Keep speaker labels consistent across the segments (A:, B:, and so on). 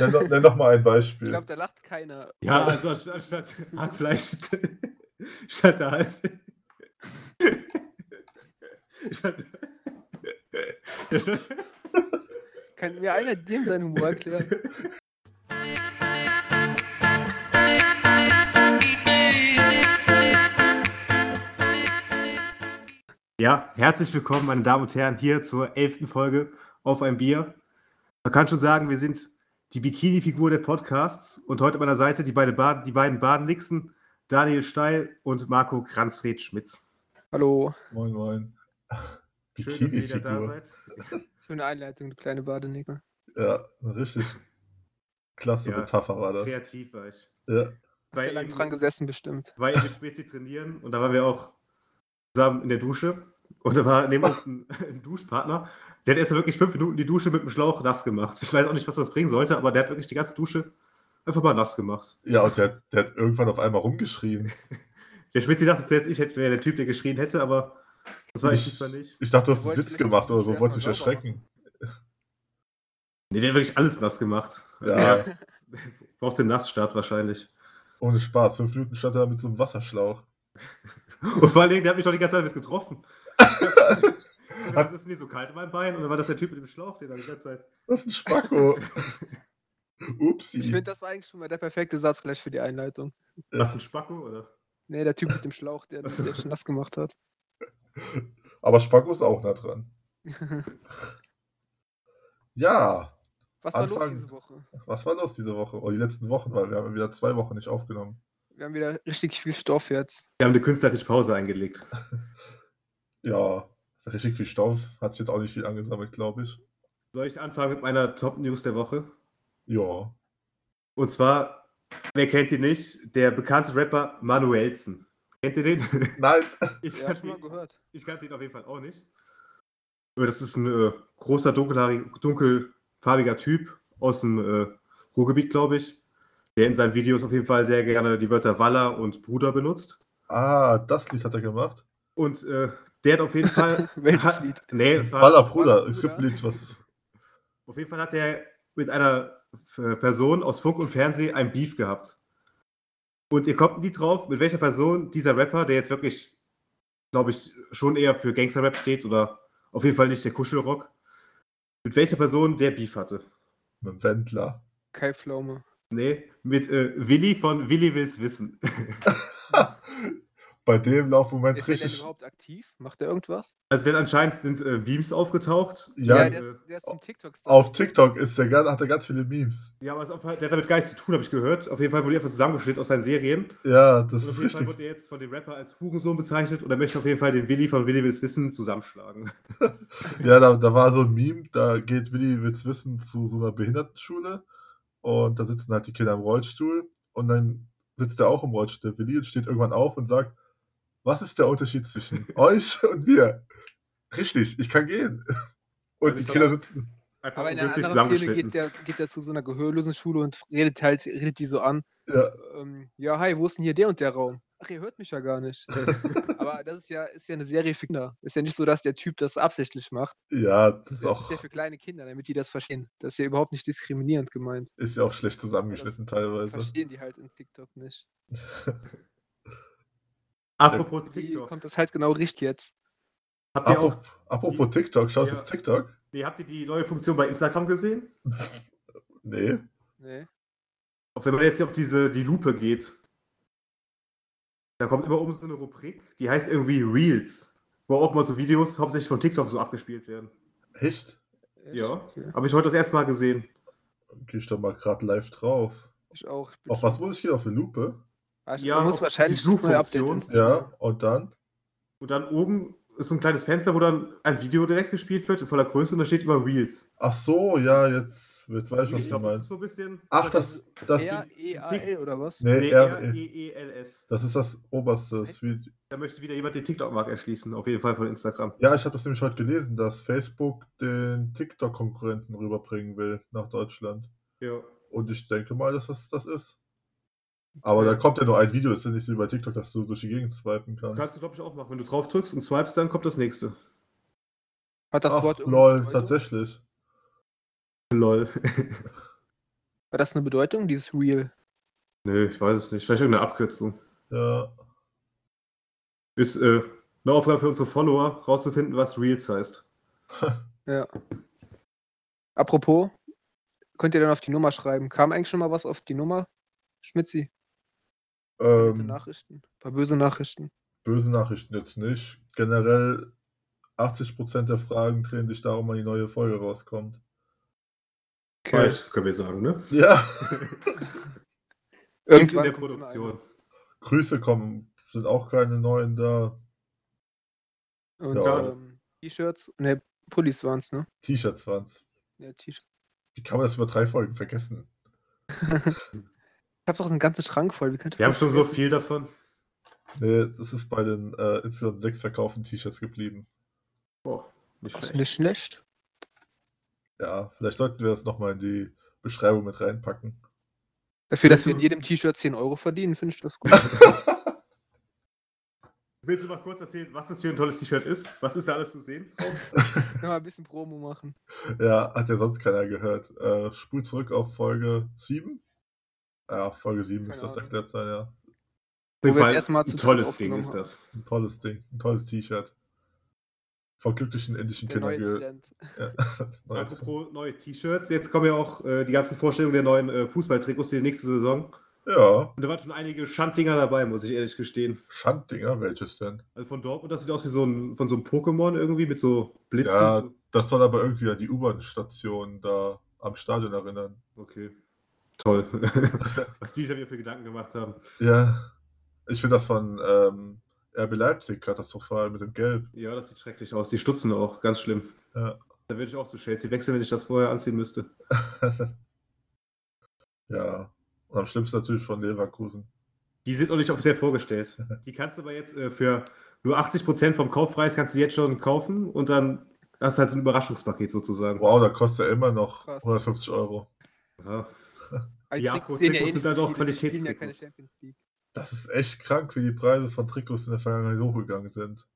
A: Nenn, doch- nenn doch mal ein
B: Ich
A: Beispiel.
B: glaube, da lacht keiner.
C: Ja, also anstatt, anstatt Hackfleisch, statt der Hals. statt, ja, statt,
B: Kann mir einer dem seinen Humor erklären?
C: ja, herzlich willkommen, meine Damen und Herren, hier zur elften Folge auf ein Bier. Man kann schon sagen, wir sind die Bikini-Figur der Podcasts und heute an meiner Seite die, beide Baden, die beiden Baden-Nixen, Daniel Steil und Marco Kranzfred Schmitz.
B: Hallo,
A: Moin, moin. Bikini-Figur.
C: seid.
B: schöne Einleitung, du kleine Badenicke.
A: Ja, eine richtig klasse
C: Ja,
A: Metapher war das.
C: Kreativ war ich.
A: Ja.
B: Sehr
C: Weil
B: lang dran gesessen bestimmt.
C: war ich mit Spezi trainieren und da waren wir auch zusammen in der Dusche. Und da war neben uns ein, ein Duschpartner, der hat erst mal wirklich fünf Minuten die Dusche mit dem Schlauch nass gemacht. Ich weiß auch nicht, was das bringen sollte, aber der hat wirklich die ganze Dusche einfach mal nass gemacht.
A: ja, und der, der hat irgendwann auf einmal rumgeschrien.
C: Der Spezi dachte zuerst, ich hätte wäre der Typ, der geschrien hätte, aber das war ich diesmal nicht.
A: Ich dachte, du hast einen
B: Wollte
A: Witz
B: nicht-
A: gemacht oder so,
B: Ja,
A: wolltest mich
B: sauber
A: erschrecken.
C: Nee, der hat wirklich alles nass gemacht. Also
A: Ja.
C: der braucht den Nassstart wahrscheinlich.
A: Ohne Spaß. Fünf Minuten stand er da mit so einem Wasserschlauch.
C: Und vor allen Dingen, der hat mich doch die ganze Zeit mit getroffen. Ich dachte, Was ist denn hier so kalt an meinem Bein? Und dann war das der Typ mit dem Schlauch, der da die ganze Zeit.
A: Was ist ein Spacko?
B: Ich
A: Upsi.
B: finde, das war eigentlich schon mal der perfekte Satz gleich für die Einleitung.
C: Was ein Spacko, oder?
B: Nee, der Typ mit dem Schlauch, der
C: Ach so.
B: das schon nass gemacht hat.
A: Aber Spacko ist auch nah dran. Ja,
B: Was war los
A: Anfang.
B: diese Woche?
A: was war los diese Woche? Oder die letzten Wochen, weil wir haben ja wieder zwei Wochen nicht aufgenommen.
B: Wir haben wieder richtig viel Stoff jetzt.
C: Wir haben eine künstlerische Pause eingelegt.
A: Ja, richtig viel Stoff. Hat sich jetzt auch nicht viel angesammelt, glaube ich.
C: Soll ich anfangen mit meiner Top-News der Woche?
A: Ja.
C: Und zwar, wer kennt ihn nicht? Der bekannte Rapper Manuelsen. Kennt ihr den?
A: Nein,
C: Ich,
B: Ja,
C: kannte,
B: schon mal
C: ihn,
B: gehört.
C: ich kannte ihn auf jeden Fall auch nicht. Aber Das ist ein äh, großer, dunkelhaarig- dunkelfarbiger Typ aus dem äh, Ruhrgebiet, glaube ich, der in seinen Videos auf jeden Fall sehr gerne die Wörter Waller und Bruder benutzt.
A: Ah, das Lied hat er gemacht.
C: Und äh, der hat auf jeden Fall.
B: Welches Lied?
C: nee, das war.
A: Baller Bruder,
B: Baller,
A: es gibt ein
B: Bruder.
A: Lied, was.
C: Auf jeden Fall hat er mit einer F- Person aus Funk und Fernsehen ein Beef gehabt. Und ihr kommt nie drauf, mit welcher Person dieser Rapper, der jetzt wirklich, glaube ich, schon eher für Gangster-Rap steht oder auf jeden Fall nicht der Kuschelrock, mit welcher Person der Beef hatte.
A: Mit dem Wendler.
B: Kai Pflaume.
C: Nee, mit äh, Willi von Willi Wills Wissen.
A: Bei dem Laufmoment
B: Ist der denn
A: richtig.
B: überhaupt aktiv? Macht er irgendwas?
C: Also denn anscheinend sind äh, Beams aufgetaucht.
A: Ja,
B: ja
C: die, äh,
B: der, ist- der ist ein TikTok-Star.
A: Auf TikTok ist der, ganz- hat er ganz viele Memes.
C: ja aber es ist auf, der hat damit gar nichts zu tun, habe ich gehört. Auf jeden Fall wurde er einfach zusammengeschnitten aus seinen Serien.
A: Ja, das ist
C: Und auf jeden Fall
A: richtig.
C: wird er jetzt von dem Rapper als Hurensohn bezeichnet und er möchte auf jeden Fall den Willi von Willi Wills Wissen zusammenschlagen.
A: Ja, da, da war so ein Meme, da geht Willi Wills Wissen zu so einer Behindertenschule und da sitzen halt die Kinder im Rollstuhl und dann sitzt er auch im Rollstuhl, der Willi, und steht irgendwann auf und sagt, was ist der Unterschied zwischen euch und mir? Richtig, ich kann gehen. Und
C: Also
A: die
C: ich
A: Kinder
C: glaub,
A: sitzen.
C: Einfach
B: Aber in einer
C: ungünstig
B: anderen Szene geht
C: zusammengeschnitten.
B: der, geht der zu so einer gehörlosen Schule und redet, halt, redet die so an.
A: Ja,
B: ähm, ja, hi, wo ist denn hier der und der Raum? Ach, ihr hört mich ja gar nicht. Aber das ist ja, ist ja eine Serie für Kinder. Ist ja nicht so, dass der Typ das absichtlich macht.
A: ja, das
B: Das
A: ist
B: ist,
A: auch,
B: ja für kleine Kinder, damit die das verstehen. Das ist ja überhaupt nicht diskriminierend gemeint.
A: ist ja auch schlecht zusammengeschnitten teilweise.
B: Verstehen die halt in TikTok nicht.
C: Apropos
B: Wie
C: TikTok.
B: kommt das halt genau richtig jetzt?
C: Habt ihr,
A: Apropos,
C: auch,
A: apropos TikTok, schaust du
C: Ja.
A: jetzt TikTok?
C: nee, habt ihr die neue Funktion bei Instagram gesehen?
A: Nee.
B: Nee.
C: Auch wenn man jetzt hier auf diese, die Lupe geht, da kommt immer oben so eine Rubrik, die heißt irgendwie Reels, wo auch mal so Videos hauptsächlich von TikTok so abgespielt werden.
A: Echt?
B: Echt?
C: Ja,
B: Okay.
C: habe ich heute das erste Mal gesehen.
A: Geh ich doch mal gerade live drauf.
B: Ich auch. Ich bin
A: Auf was muss ich hier? Auf eine Lupe?
B: Ah, ich-
C: Ja,
B: man
C: auf
B: muss
C: die
B: wahrscheinlich das neue Update
C: Suchfunktion.
A: Ja,
B: installieren.
A: und dann?
C: Und dann oben ist so ein kleines Fenster, wo dann ein Video direkt gespielt wird, in voller Größe, und da steht immer Reels.
A: Ach so, ja, jetzt, jetzt weiß ich, was
C: Ich
A: du
C: glaube, das ist
A: meinst.
C: so ein bisschen.
A: Ach, das, das,
B: R, E, A, L oder was?
A: nee, R, E.
C: B-R-E-E-L-S.
A: das ist das oberste. Das Video.
C: Da möchte wieder jemand den TikTok-Markt erschließen, auf jeden Fall von Instagram.
A: Ja, ich habe das nämlich heute gelesen, dass Facebook den TikTok-Konkurrenzen rüberbringen will nach Deutschland.
C: Ja.
A: Und ich denke mal, dass das das ist. Aber da kommt ja nur ein Video, das ist ja nicht so wie bei TikTok, dass du durch die Gegend swipen kannst.
C: Kannst du, glaube ich, auch machen. Wenn du drauf drückst und swipest, dann kommt das nächste.
B: Hat das
A: Ach,
B: Wort irgendeine
A: lol,
B: Bedeutung?
A: tatsächlich.
C: Lol.
B: War das eine Bedeutung, dieses Real?
C: Nö, ich weiß es nicht. Vielleicht irgendeine Abkürzung.
A: Ja.
C: Ist äh, eine Aufgabe für unsere Follower, rauszufinden, was Reels heißt.
B: Ja. Apropos, könnt ihr dann auf die Nummer schreiben? Kam eigentlich schon mal was auf die Nummer? Schmitzi, gute
A: Ähm,
B: Nachrichten. Ein paar böse Nachrichten.
A: böse Nachrichten jetzt nicht. Generell 80% der Fragen drehen sich darum, wann die neue Folge rauskommt.
B: Okay.
C: Bald, können wir sagen, ne?
A: Ja.
C: Ist in der
B: kommt immer
C: Produktion.
A: Grüße kommen, sind auch keine neuen da.
B: eine. Und
A: Ja.
B: ähm, T-Shirts, ne, Pullis waren es, ne?
A: T-Shirts waren's.
B: Ja, T-Shirts.
A: Wie kann man das über drei Folgen vergessen?
B: Ich hab doch einen ganzen Schrank voll. Wie könnt ihr
C: Wir haben schon so
B: vergessen?
C: viel davon.
A: Nee, das ist bei den äh, insgesamt sechs verkauften T-Shirts geblieben.
C: Boah, nicht
B: Das ist
C: schlecht.
B: Nicht schlecht.
A: Ja, vielleicht sollten wir das nochmal in die Beschreibung mit reinpacken.
B: Dafür, dass
C: Willst du-
B: wir in jedem T-Shirt 10 Euro verdienen, finde ich das gut.
C: Willst du mal kurz erzählen, was das für ein tolles T-Shirt ist? Was ist da alles zu sehen? drauf?
B: Können wir mal ein bisschen Promo machen.
A: ja, hat ja sonst keiner gehört. Äh, spul zurück auf Folge 7. Ja, Folge 7
B: Keine
A: ist das
B: Ahnung.
A: erklärt sein, ja.
C: Auf jeden
B: wir das
C: Fall
B: erste Mal zu
C: ein
B: dritt
C: tolles Ding
B: aufgenommen
C: ist
B: haben.
C: das.
A: Ein tolles Ding, ein tolles T-Shirt. Von glücklichen indischen
C: Genau,
B: Der
A: Kindern
B: neue
A: ge-
B: Trend.
A: Ja, Neuer Trend.
C: Apropos neue T-Shirts, jetzt kommen ja auch äh, die ganzen Vorstellungen der neuen äh, Fußballtrikots für die nächste Saison.
A: ja,
C: Und da waren schon einige Schanddinger dabei, muss ich ehrlich gestehen.
A: Schanddinger, welches denn?
C: Also von Dortmund, das sieht aus wie so ein, von so einem Pokémon irgendwie mit so Blitzen.
A: Ja.
C: So.
A: Das soll aber irgendwie an die U-Bahn-Station da am Stadion erinnern.
C: Okay. Toll. was die sich da wieder für Gedanken gemacht haben.
A: Ja, ich finde das von ähm, RB Leipzig katastrophal mit dem Gelb.
C: Ja, das sieht schrecklich aus. Die stutzen auch, ganz schlimm.
A: Ja.
C: Da würde ich auch zu Chelsea wechseln, wenn ich das vorher anziehen müsste.
A: ja, und am schlimmsten natürlich von Leverkusen.
C: Die sind noch nicht offiziell vorgestellt. Die kannst du aber jetzt äh, für nur 80% vom Kaufpreis kannst du die jetzt schon kaufen und dann hast du halt so ein Überraschungspaket sozusagen.
A: Wow, da kostet er immer noch
B: Krass.
A: 150 Euro.
C: Ja.
B: Aber die
C: Ja,
B: Trikots
C: gut,
B: sehen
C: Trikots
B: eh
C: sind
B: nicht
C: halt auch
B: so viele, die spielen ja
C: Qualitätstrikots.
B: keine Champions League.
A: Das ist echt krank, wie die Preise von Trikots in der Vergangenheit hochgegangen sind.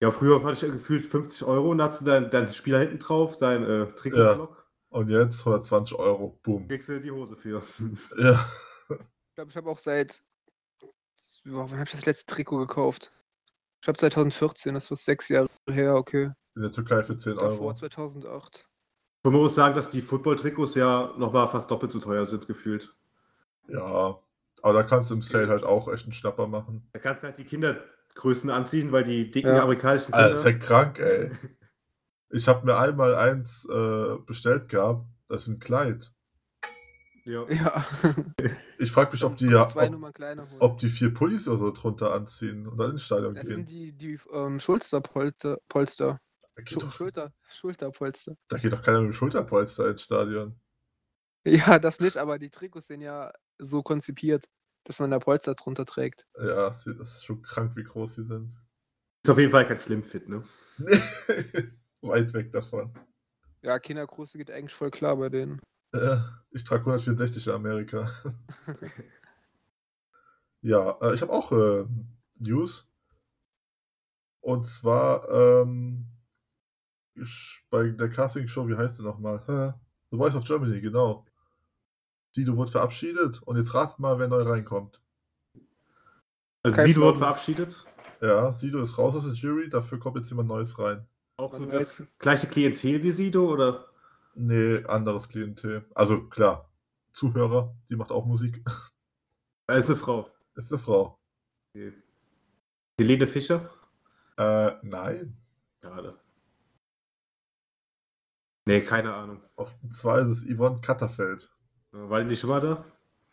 C: ja, früher hatte ich ja gefühlt 50 Euro und da hast du dein, dein Spieler hinten drauf, dein äh,
A: Ja.
C: Trikotblock,
A: Und jetzt 120 Euro. Boom.
C: kriegst du die Hose für.
A: Ja.
B: Ich glaube, ich habe auch seit. Boah, wann habe ich das letzte Trikot gekauft? Ich habe 2014, das war sechs Jahre her, okay.
A: In der Türkei für 10
B: Davor
A: Euro.
B: 2008.
C: Und man muss sagen, dass die Football-Trikots ja nochmal fast doppelt so teuer sind gefühlt.
A: Ja. Aber da kannst du im Sale halt auch echt einen Schnapper machen.
C: Da kannst du halt die Kindergrößen anziehen, weil die dicken
B: Ja.
C: amerikanischen Kinder.
B: Äh,
A: Alter, Äh, ist ja krank, ey. Ich habe mir einmal eins äh, bestellt gehabt. Das ist ein Kleid.
C: ja.
B: Ja.
A: Ich frage mich, ob die ja,
B: Zwei
A: ob,
B: Nummern kleiner holen.
A: ob die vier Pullis oder so drunter anziehen und dann ins Stadion
B: das sind
A: gehen.
B: die, die ähm, Schulterpolster. Polster.
A: Da geht,
B: Schu
A: doch,
B: Schulter, Schulterpolster.
A: da geht doch keiner mit dem Schulterpolster ins Stadion.
B: Ja, das nicht, aber die Trikots sind ja so konzipiert, dass man da Polster drunter trägt.
A: Ja, das ist schon krank, wie groß die sind.
C: Ist auf jeden Fall kein Slim-Fit, ne?
A: Weit weg davon.
B: Ja, Kindergröße geht eigentlich voll klar bei denen.
A: Äh, Ich trage 164 in Amerika. ja, äh, ich habe auch äh, News. Und zwar ähm, ich, bei der Casting-Show, wie heißt sie nochmal? Hä? The Voice of Germany, genau. Sido wurde verabschiedet und jetzt ratet mal, wer neu reinkommt.
C: Also
B: Kein
C: Sido wird
B: Glauben.
C: verabschiedet.
A: Ja, Sido ist raus aus der Jury, dafür kommt jetzt jemand Neues rein.
C: Auch so
B: Man
C: das gleiche Klientel wie Sido, oder?
A: Nee, anderes Klientel. Also klar, Zuhörer, die macht auch Musik.
C: Er ist eine Frau.
A: Ist eine Frau.
C: Okay. Helene Fischer?
A: Äh, nein.
C: Gerade. Nee, keine Ahnung.
A: Auf dem 2 ist es Yvonne Katterfeld.
C: Äh, War die nicht schon mal da?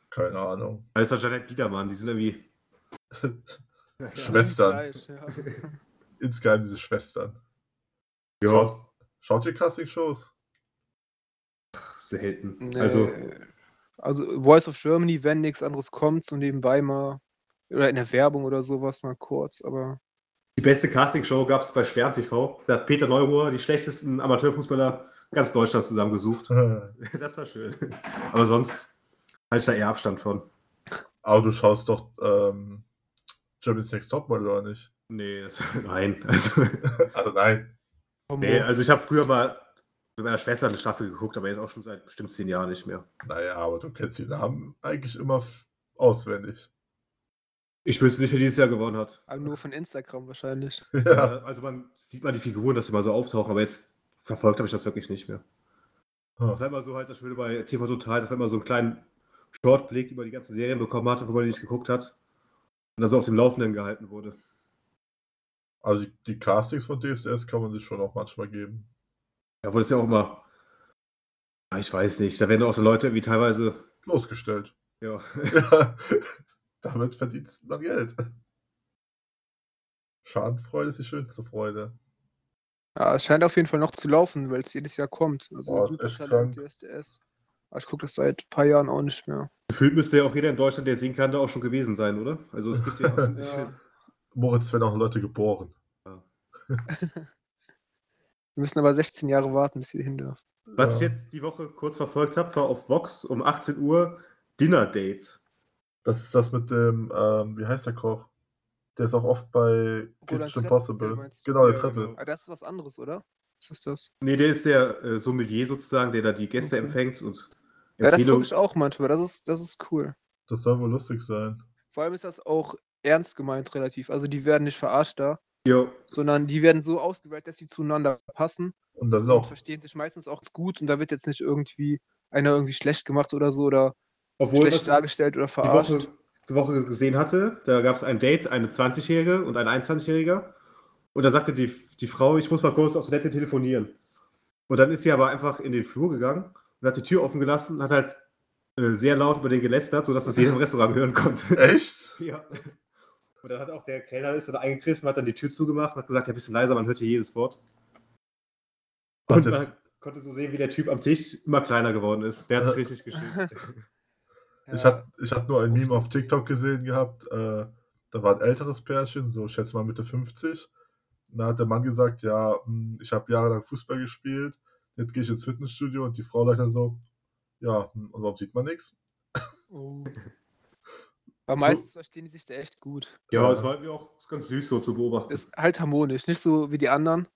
A: Keine Ahnung.
C: Das war Janet Biedermann, die sind irgendwie.
A: Schwestern.
B: Gleich, ja.
A: Insgeheim diese Schwestern.
C: Ja,
A: Schaut, schaut ihr Casting-Shows?
C: selten.
B: Nee.
C: Also,
B: also Voice of Germany, wenn nichts anderes kommt, so nebenbei mal oder in der Werbung oder sowas mal kurz, aber
C: die beste Castingshow gab es bei Stern TV. Da hat Peter Neuruhr die schlechtesten Amateurfußballer ganz Deutschlands zusammengesucht.
A: Aber
C: Das war schön. Aber sonst halte ich da eher Abstand von.
A: du schaust doch ähm, Germany's Next Topmodel, oder nicht?
C: Nee, das, nein. Also,
A: Also nein.
B: Kombo.
A: also
C: nee, also ich habe früher mal mit meiner Schwester eine Staffel geguckt, aber jetzt auch schon seit bestimmt zehn Jahren nicht mehr.
A: Naja, aber du kennst die Namen eigentlich immer f- auswendig.
C: Ich wüsste nicht, wer dieses Jahr gewonnen hat.
B: Aber nur von Instagram wahrscheinlich.
A: Ja.
C: Also man sieht mal die Figuren, dass sie mal so auftauchen, aber jetzt verfolgt habe ich das wirklich nicht mehr.
A: Hm.
C: Das war immer so halt das Schöne bei TV Total, dass man immer so einen kleinen Shortblick über die ganzen Serien bekommen hat, wo man die nicht geguckt hat. Und dann so auf dem Laufenden gehalten wurde.
A: Also die, die Castings von DSDS kann man sich schon auch manchmal geben.
C: Ja, wurde es ja auch immer. Ja, ich weiß nicht. Da werden auch so Leute irgendwie teilweise.
A: Bloßgestellt.
C: Ja.
A: Ja. Damit verdient man Geld. Schadenfreude ist die schönste Freude.
B: Ja, es scheint auf jeden Fall noch zu laufen, weil es jedes Jahr kommt. Also
A: Boah, ist
B: Super
A: echt
B: Talent, DSDS. Aber ich gucke das seit ein paar Jahren auch nicht mehr.
C: Gefühlt müsste ja auch jeder in Deutschland, der singen kann, da auch schon gewesen sein, oder? Also es gibt ja.
A: Ja.
C: Ich,
B: Ja.
A: Moritz werden auch Leute geboren.
B: Wir müssen aber 16 Jahre warten, bis ihr hin dürft.
C: Was ich
A: Ja.
C: jetzt die Woche kurz verfolgt habe, war auf Vox um 18 Uhr Dinner Dates.
A: Das ist das mit dem, ähm, wie heißt der Koch? Der ist auch oft bei
B: Roland
A: Kitchen
B: Trepp,
A: Impossible.
B: der meinst du?
A: Genau, der
C: Ja,
A: Treppe.
C: genau.
B: Aber das ist was anderes, oder? Was ist das?
C: Nee, der ist der äh, Sommelier sozusagen, der da die Gäste
B: Okay.
C: empfängt und
B: Ja, das
C: Empfehlung.
B: gucke ich auch manchmal. Das ist, das ist cool.
A: Das soll wohl lustig sein.
B: Vor allem ist das auch ernst gemeint relativ. Also die werden nicht verarscht da,
C: Ja,
B: sondern die werden so ausgewählt, dass sie zueinander passen.
A: Und das ist
C: Also
B: Die
A: auch,
B: verstehen sich meistens auch gut und da wird jetzt nicht irgendwie einer irgendwie schlecht gemacht oder so oder
C: obwohl
B: schlecht
C: das
B: dargestellt oder
C: die
B: verarscht.
C: Woche, die Woche gesehen hatte, da gab es ein Date, eine 20-Jährige und ein 21-Jähriger. Und da sagte die, die Frau, ich muss mal kurz auf Toilette telefonieren. Und dann ist sie aber einfach in den Flur gegangen und hat die Tür offen gelassen und hat halt äh, sehr laut über den gelästert, sodass das jeder im Restaurant hören konnte.
A: echt?
C: Ja. Und dann hat auch der Kellner ist dann eingegriffen, hat dann die Tür zugemacht und hat gesagt, ja, ein bisschen leiser, man hört hier jedes Wort.
A: Hat
C: Und
A: das,
C: man konnte so sehen, wie der Typ am Tisch immer kleiner geworden ist. Der hat sich richtig geschickt.
A: Ich
B: Ja.
A: habe ich hab nur ein Meme auf TikTok gesehen gehabt. Äh, da war ein älteres Pärchen, so ich schätze mal Mitte 50. Und da hat der Mann gesagt, ja, hm, ich habe jahrelang Fußball gespielt, jetzt gehe ich ins Fitnessstudio und die Frau sagt dann so, ja, hm, und warum sieht man nichts?
B: Oh. Aber meistens verstehen die sich da echt gut.
C: Ja, es war irgendwie auch ganz süß so zu beobachten.
B: Ist halt harmonisch, nicht so wie die anderen,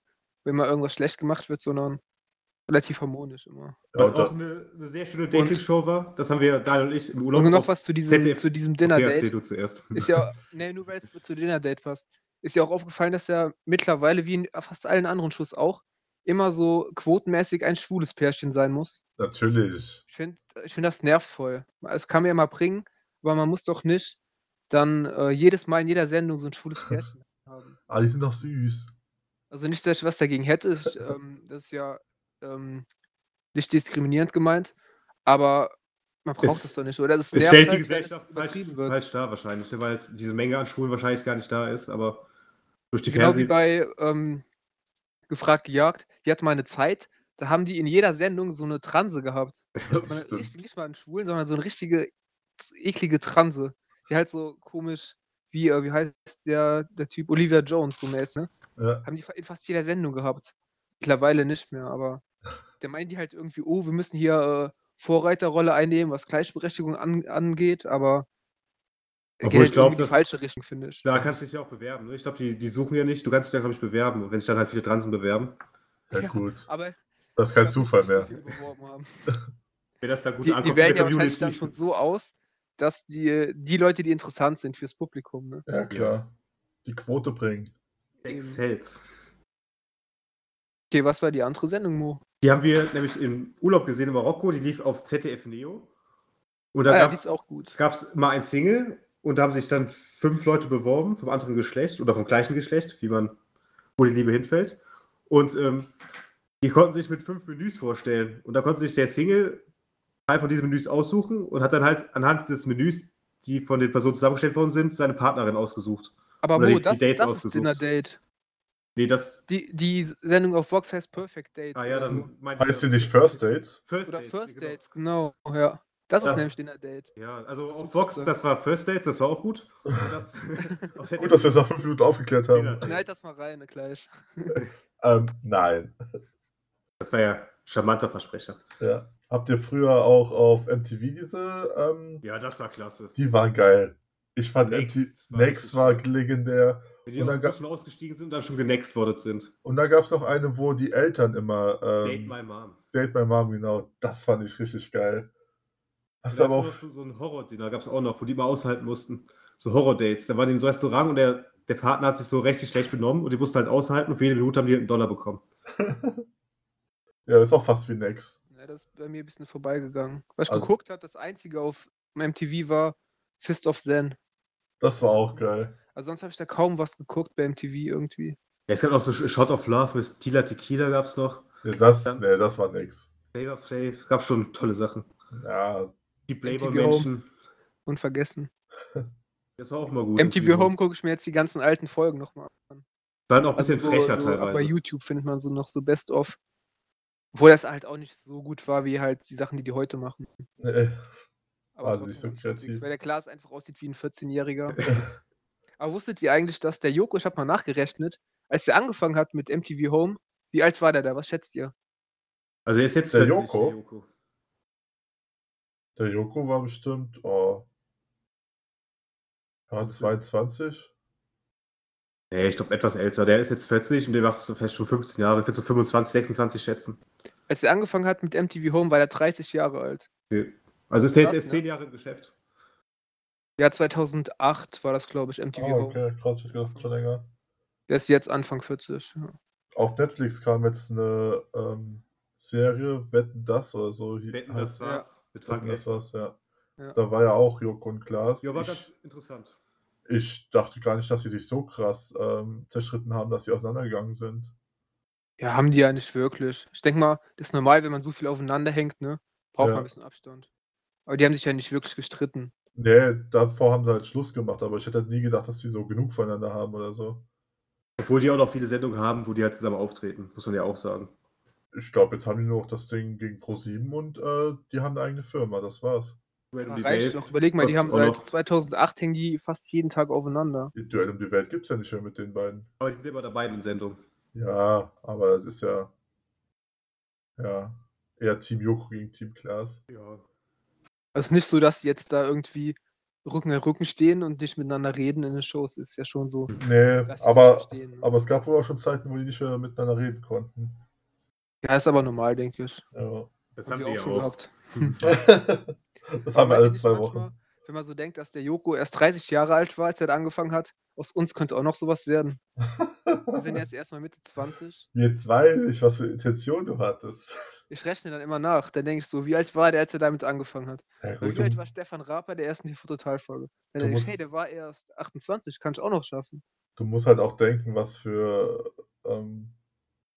B: wenn mal irgendwas schlecht gemacht wird, sondern relativ harmonisch immer.
A: Ja,
C: Was
A: und da-
C: auch eine, eine sehr schöne Dating-Show war. Das haben wir, Daniel und ich, im Urlaub
B: Und noch
C: auf
B: was zu diesem,
C: ZDF.
B: zu diesem
C: okay, erzähl
B: Dinner-Date.
C: du zuerst.
B: Ist ja, nee, nur weil es zu Dinner-Date passt. Ist ja auch aufgefallen, dass ja mittlerweile, wie in fast allen anderen Shows auch, immer so quotenmäßig ein schwules Pärchen sein muss.
A: natürlich.
B: Ich finde ich find das nervt voll. Es kann mir ja mal bringen, aber man muss doch nicht dann äh, jedes Mal in jeder Sendung so ein schwules Pärchen haben.
A: Ah, die sind doch süß.
B: Also nicht, dass ich was dagegen hätte, ich, ähm, das ist ja ähm, nicht diskriminierend gemeint, aber man braucht
C: Es-
B: das doch nicht, oder? Das
C: Es stellt
B: halt,
C: die
B: wenn es
C: Gesellschaft falsch,
B: übertrieben wird.
C: falsch dar wahrscheinlich, ne, weil jetzt diese Menge an Schulen wahrscheinlich gar nicht da ist, aber durch die
B: Genau wie
C: Fernseh...
B: bei ähm, Gefragt gejagt, die hat mal eine Zeit, da haben die in jeder Sendung so eine Transe gehabt. Man
A: Stimmt.
B: richtig, nicht mal einen Schwulen, sondern so eine richtige eklige Transe. Die halt so komisch, wie, äh, wie heißt der, der Typ, Olivia Jones, so mäßig, ne?
A: Ja,
B: Haben die fa- in fast jeder Sendung gehabt. Mittlerweile nicht mehr, aber da meinen die halt irgendwie, oh, wir müssen hier äh, Vorreiterrolle einnehmen, was Gleichberechtigung an, angeht, aber
C: Obwohl
B: geht
C: ich
B: halt
C: glaub,
B: irgendwie in
C: dass-
B: die falsche Richtung, finde ich.
C: Da kannst du dich ja auch bewerben. Ne? Ich glaube, die, die suchen ja nicht. Du kannst dich da, glaube ich, bewerben. Und wenn sich dann halt viele Transen bewerben,
A: ja,
B: Ja.
A: gut.
B: Aber
A: Das ist kein Zufall mehr.
B: Die,
C: wäre das da gut
B: die
C: ankommt in
B: wählen ja
C: der
B: wahrscheinlich dann schon
C: Community.
B: so aus, dass die, die Leute, die interessant sind fürs Publikum, ne?
A: Ja, klar. Die Quote bringen.
C: Excels.
B: Okay, was war die andere Sendung, Mo?
C: Die haben wir nämlich im Urlaub gesehen in Marokko. Die lief auf ZDF Neo. Und da
B: ah, ja, die ist
C: gab's
B: auch gut.
C: gab es mal ein Single und da haben sich dann fünf Leute beworben vom anderen Geschlecht oder vom gleichen Geschlecht, wie man, wo die Liebe hinfällt. Und ähm, die konnten sich mit fünf Menüs vorstellen. Und da konnte sich der Single drei von diesen Menüs aussuchen und hat dann halt anhand des Menüs, die von den Personen zusammengestellt worden sind, seine Partnerin ausgesucht.
B: Aber
C: Oder
B: Mo,
C: die- die
B: das,
C: Dates
B: das ist
C: ausgesucht.
B: Dinner Date.
C: Nee, das.
B: Die, die Sendung auf Vox heißt Perfect Date.
C: Ah ja,
B: oder
C: dann meinte
A: Heißt sie nicht First Dates?
B: so.
C: First
B: Oder
C: Dates,
B: First
C: genau.
B: Dates, genau. ja. Das,
C: Das-
B: ist nämlich Dinner Date.
C: Ja, also
B: Das ist
C: auf
B: super.
C: Fox, das war First Dates, das war auch gut. Und Das, auf
A: Gut, dass wir es nach fünf Minuten aufgeklärt haben.
C: Dinner.
B: Schneid das mal rein, ne, gleich.
A: Ähm, nein.
C: das war ja charmanter Versprecher.
A: Ja. Habt ihr früher auch auf MTV diese ähm,
C: Ja, das war klasse.
A: Die waren geil. Ich fand
C: Next
A: MTV.
C: war
A: Next
C: richtig
A: war
C: geil.
A: legendär.
C: Wenn die
A: Und dann
C: auch
A: gab-
C: schon ausgestiegen sind und dann schon genext worden sind.
A: Und da gab es noch eine, wo die Eltern immer
C: Date
A: ähm,
C: my mom.
A: Date my Mom, genau. Das fand ich richtig geil. Hast du
C: Da
A: aber
C: gab's
A: auch.
C: noch so, so ein Horror-Dinner gab es auch noch, wo die immer aushalten mussten. So Horror-Dates. Da waren die im Restaurant und der, der Partner hat sich so richtig schlecht benommen und die mussten halt aushalten und für jede Minute haben die einen Dollar bekommen.
A: Ja, ist auch fast wie Next.
B: Ja, das ist bei mir ein bisschen vorbeigegangen. Was ich
A: Also-
B: geguckt habe, das einzige auf MTV war Fist of Zen.
A: Das war auch geil.
B: Also sonst habe ich da kaum was geguckt bei MTV irgendwie.
C: Ja, es gab auch so Shot of Love mit Tila Tequila gab es noch.
A: Ja, das,
C: Dann-
A: nee, das war Next.
C: Flavor Flav. Gab schon tolle Sachen.
A: Ja,
C: Die
B: MTV
C: Playboy-Menschen.
B: Und vergessen.
C: Das war auch mal gut.
B: MTV Home gucke ich mir jetzt die ganzen alten Folgen nochmal an.
C: Waren halt auch ein bisschen
B: so-
C: frecher
B: Also, so, Auch bei
C: teilweise.
B: YouTube findet man so noch so Best of. Obwohl das halt auch nicht so gut war, wie halt die Sachen, die die heute machen.
A: nee.
B: Aber
A: Also nicht
B: trotzdem
A: so
B: ganz witzig,
A: kreativ.
B: Weil der Klaas einfach aussieht wie ein 14-Jähriger. Aber wusstet ihr eigentlich, dass der Joko, ich habe mal nachgerechnet, als der angefangen hat mit MTV Home, wie alt war der da? Was schätzt ihr?
C: Also er ist jetzt
A: Der
C: 40,
A: Joko?
C: der Joko.
A: Der Joko war bestimmt. Oh. Ja, 22.
C: Nee, ich glaube etwas älter. Der ist jetzt 40 und der macht so vielleicht schon 15 Jahre. Ich würde so 25, 26 schätzen.
B: Als er angefangen hat mit MTV Home, war der 30 Jahre alt.
C: Also ist der jetzt
B: Krass,
C: erst
B: ne?
C: 10 Jahre im Geschäft.
B: Ja, 2008 war das, glaube ich, MTV
A: Ah,
B: Home.
A: okay, krass, ich gedacht, schon länger.
B: Der ist jetzt Anfang 40. Ja.
A: Auf Netflix kam jetzt eine ähm, Serie, Wetten das oder so. hi-
C: Wetten,
A: heißt-
C: das war's. Mit Frank
A: Wetten, das
C: Elstner.
A: war's, ja.
B: Ja.
A: Da war ja auch Joko und Klaas.
C: Ja, war
A: ich,
C: ganz interessant.
A: ich dachte gar nicht, dass sie sich so krass ähm, zerschritten haben, dass sie auseinandergegangen sind.
B: ja, haben die ja nicht wirklich. Ich denke mal, das ist normal, wenn man so viel aufeinander hängt, ne? Braucht man
A: Ja.
B: ein bisschen Abstand. Aber die haben sich ja nicht wirklich gestritten.
A: Nee, davor haben sie halt Schluss gemacht, aber ich hätte halt nie gedacht, dass die so genug voneinander haben oder so.
C: Obwohl die auch noch viele Sendungen haben, wo die halt zusammen auftreten, muss man ja auch sagen.
A: Ich glaube, jetzt haben die nur noch das Ding gegen Pro7 und äh, die haben eine eigene Firma, das war's.
C: Duell um die
B: Reicht
C: Welt.
B: doch. Überleg mal, die haben
C: Läuft auch
B: seit
C: noch.
B: 2008 hängen die fast jeden Tag aufeinander.
A: Die Duell um die Welt gibt's ja nicht mehr mit den beiden.
C: Aber die sind immer dabei in den Sendungen.
A: Ja, aber das ist ja. Ja. Eher Team Joko gegen Team Klaas.
C: Ja.
B: Also nicht so, dass die jetzt da irgendwie Rücken an Rücken stehen und nicht miteinander reden in den Shows. Ist ja schon so.
A: Nee,
B: dass die da
A: Mhm. aber,
B: stehen, ne?
A: aber es gab wohl auch schon Zeiten, wo die nicht mehr miteinander reden konnten.
B: Ja, ist aber normal, denke ich.
A: Ja.
C: Das
B: Haben
C: haben
B: wir
C: die ja auch.
B: gehabt.
A: das haben wir alle
B: Meint ihr
A: zwei
B: nicht manchmal,
A: Wochen.
B: Wenn man so denkt, dass der Joko erst 30 Jahre alt war, als er da angefangen hat, aus uns könnte auch noch sowas werden. Wir sind jetzt erstmal Mitte 20.
A: Jetzt weiß ich, was für Intention du hattest.
B: Ich rechne dann immer nach. Dann denke ich so, wie alt war der, als er damit angefangen hat?
A: Ja,
B: Oder
A: gut, um
B: Wie alt war
A: du,
B: Stefan Raab bei der ersten TV-Totalfolge?
A: Du
B: Dann denke ich,
A: musst-
B: hey, der war erst 28, kann ich auch noch schaffen.
A: du musst halt auch denken, was für ähm,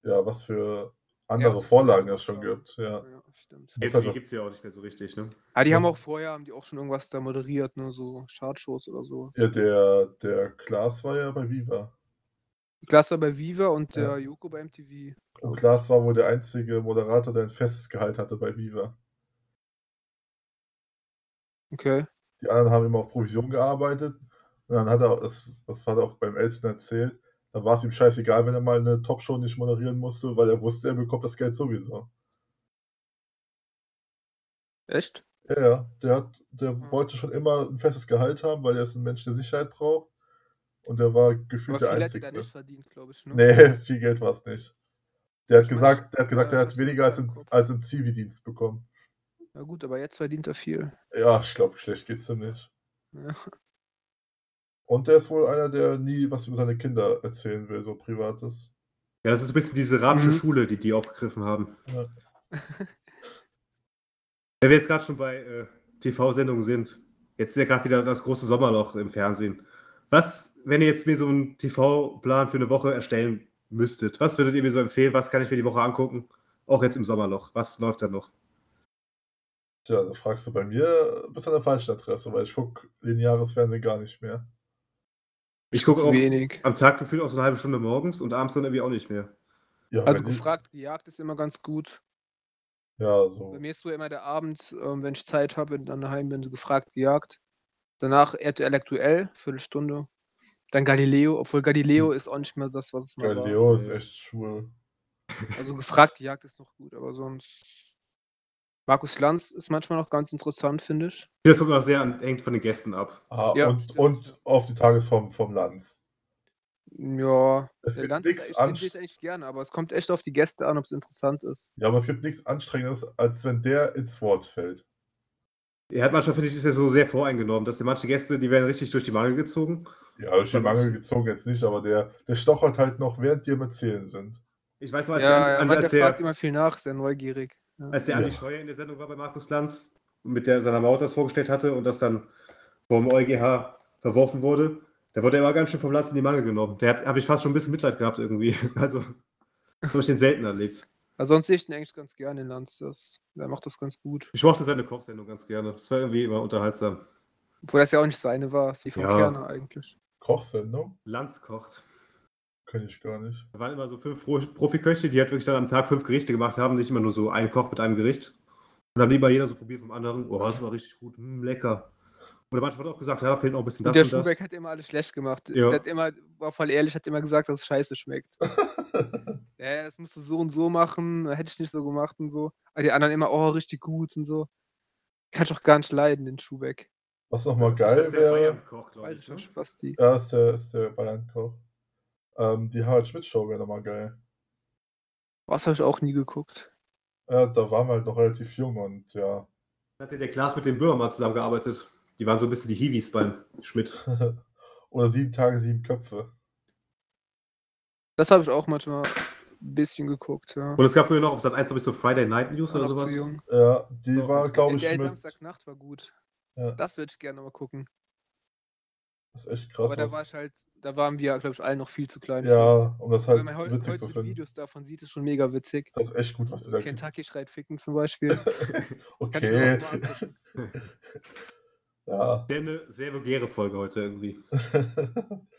A: ja, was für andere
B: was-
A: Vorlagen es schon gibt. Ja.
B: Ja, stimmt.
A: Muss
C: Jetzt
A: halt
C: die
A: was-
C: gibt es ja auch nicht mehr so richtig, ne?
B: Aber die haben
A: Was-
B: auch vorher, haben die auch schon irgendwas da moderiert, ne, so Chartshows oder so.
A: ja, der, der Klaas war ja bei Viva.
B: Klaas war bei Viva und
A: Ja.
B: der Joko bei MTV.
A: Und Klaas war wohl der einzige Moderator, der ein festes Gehalt hatte bei Viva.
B: Okay.
A: Die anderen haben immer auf Provision gearbeitet. Und dann hat er, das, das hat er auch beim Elsten erzählt, da war es ihm scheißegal, wenn er mal eine Topshow nicht moderieren musste, weil er wusste, er bekommt das Geld sowieso.
B: Echt?
A: Ja, ja, der, hat, der
B: Mhm.
A: wollte schon immer ein festes Gehalt haben, weil er ist ein Mensch, der Sicherheit braucht. Und er war
B: Aber
A: gefühlt
B: viel
A: der
B: hat die da
A: Einzige.
B: nicht verdient, glaube ich. Ne?
A: Nee, viel Geld war es nicht. Der hat
B: Ich mein,
A: gesagt, der hat gesagt,
B: ja,
A: er
B: das
A: hat weniger als im,
B: war-
A: als im Zivildienst bekommen.
B: Na gut, aber jetzt verdient er viel.
A: Ja, ich glaube, schlecht geht's ihm nicht.
B: Ja.
A: Und der ist wohl einer, der nie was über seine Kinder erzählen will, so Privates.
C: Ja, das ist ein bisschen diese Ramsche
B: Mhm.
C: Schule, die die aufgegriffen haben.
A: Ja.
C: Wenn wir jetzt gerade schon bei äh, TV-Sendungen sind, jetzt ist ja gerade wieder das große Sommerloch im Fernsehen. Was, wenn ihr jetzt mir so einen TV-Plan für eine Woche erstellen müsstet, was würdet ihr mir so empfehlen? Was kann ich mir die Woche angucken? Auch jetzt im Sommerloch. Was läuft da noch?
A: Tja, da fragst du bei mir, äh, bist an der falschen Adresse, weil ich gucke lineares Fernsehen gar nicht mehr.
C: Ich gucke auch
B: Wenig.
C: am Tag gefühlt auch so eine halbe Stunde morgens und abends dann irgendwie auch nicht mehr.
A: Ja,
B: Also
A: wenn ich,
B: gefragt, gejagt ist immer ganz gut.
A: ja so.
B: Bei mir ist so immer der Abend, ähm, wenn ich Zeit habe und dann daheim bin, so gefragt, gejagt. Danach RTL aktuell, Viertelstunde. Dann Galileo, obwohl Galileo ist auch nicht mehr das, was es mal
A: Galileo ist
B: äh,
C: Ja.
A: echt schwul.
B: war. Also gefragt, gejagt ist noch gut, aber sonst. Markus Lanz ist manchmal noch ganz interessant, finde ich.
C: Das kommt auch sehr an, hängt von den Gästen ab.
A: Ah,
B: Ja,
A: und,
B: stimmt,
A: und
B: ja.
A: auf die Tagesform vom Lanz.
B: Ja,
A: Es
B: der
A: gibt
B: Land
A: nichts
B: ich sehe es
A: anst-
B: eigentlich gerne, aber es kommt echt auf die Gäste an, ob es interessant ist.
A: ja, aber es gibt nichts Anstrengendes, als wenn der ins Wort fällt.
C: Er hat manchmal, finde ich, ist er so sehr voreingenommen, dass die manche Gäste, die werden richtig durch die Mangel gezogen.
A: Ja, durch die
C: Dann-
A: Mangel gezogen jetzt nicht, aber der, der stochert halt noch, während die im Erzählen sind.
C: Ich weiß noch, als
B: ja,
C: der,
B: ja
C: an-
B: weil
C: als
B: der
C: der,
B: fragt immer viel nach, ist sehr neugierig. Ja.
C: als der
A: Ja.
C: Andi Scheuer in der Sendung war bei Markus Lanz und mit der seiner Maut das vorgestellt hatte und das dann vom E EuGH verworfen wurde, da wurde er immer ganz schön vom Lanz in die Mangel genommen. Da habe ich fast schon ein bisschen Mitleid gehabt irgendwie. Also habe ich den selten erlebt.
B: Also sonst sehe ich den eigentlich ganz gerne, den Lanz. Das, der macht das ganz gut.
C: Ich mochte seine Kochsendung ganz gerne. Das war irgendwie immer unterhaltsam.
B: Obwohl das ja auch nicht seine war, ist die von
C: Ja.
B: Kerner eigentlich.
A: Kochsendung?
C: Lanz kocht.
A: Kenne ich gar nicht.
C: Da waren immer so fünf Pro- Profiköche, die halt wirklich dann am Tag fünf Gerichte gemacht haben, nicht immer nur so ein Koch mit einem Gericht. Und dann lieber jeder so probiert vom anderen, oh, das war richtig gut, mm, lecker. Oder manchmal wird auch gesagt, ja, da fehlt noch ein bisschen
B: Und
C: das
B: der
C: und das.
B: Schubeck hat immer alles schlecht gemacht.
C: Ja.
B: Der hat immer, war voll ehrlich, hat immer gesagt, dass es scheiße schmeckt. ja, das musst du so und so machen, hätte ich nicht so gemacht und so. Aber die anderen immer, oh, richtig gut und so. Kann ich doch gar nicht leiden, den Schubeck.
A: Was nochmal
C: Das
A: geil
C: ist der
A: wäre,
C: Bayern-Koch, glaub ich,
B: Alter,
C: ne?
B: Spasti.
A: ja, ist der, ist der Bayern-Koch. Ähm, die Harald Schmidt-Show wäre nochmal geil.
B: Was habe ich auch nie geguckt.
A: Ja, da waren wir halt noch relativ jung und ja.
C: Da hat ja der Klaas mit dem Böhmermann zusammengearbeitet. Die waren so ein bisschen die Hiwis beim Schmidt.
A: Oder sieben Tage, sieben Köpfe.
B: Das habe ich auch manchmal ein bisschen geguckt, ja.
C: Und es gab früher noch auf Sat 1, glaube ich, so Friday Night News
B: War
C: oder
B: noch zu
C: sowas.
B: jung.
A: Ja, die
C: Doch,
A: war,
C: das-
A: glaube ich,
B: Der
A: mit.
B: Samstagnacht war gut.
A: Ja.
B: Das würde ich gerne mal gucken.
A: Das ist echt krass.
B: Aber da
A: was-
B: war ich halt, da waren wir, glaube ich, alle noch viel zu klein. für.
A: ja, um das halt
B: Wenn man heu
A: witzig zu
B: heute
A: finden.
B: Videos davon sieht, ist schon mega witzig.
A: Das ist echt gut, was du da
B: Kentucky schreit Ficken zum Beispiel. Kannst du
A: Okay.
B: dir auch mal angucken.
A: Ja.
C: Sehr eine sehr vulgäre Folge heute irgendwie.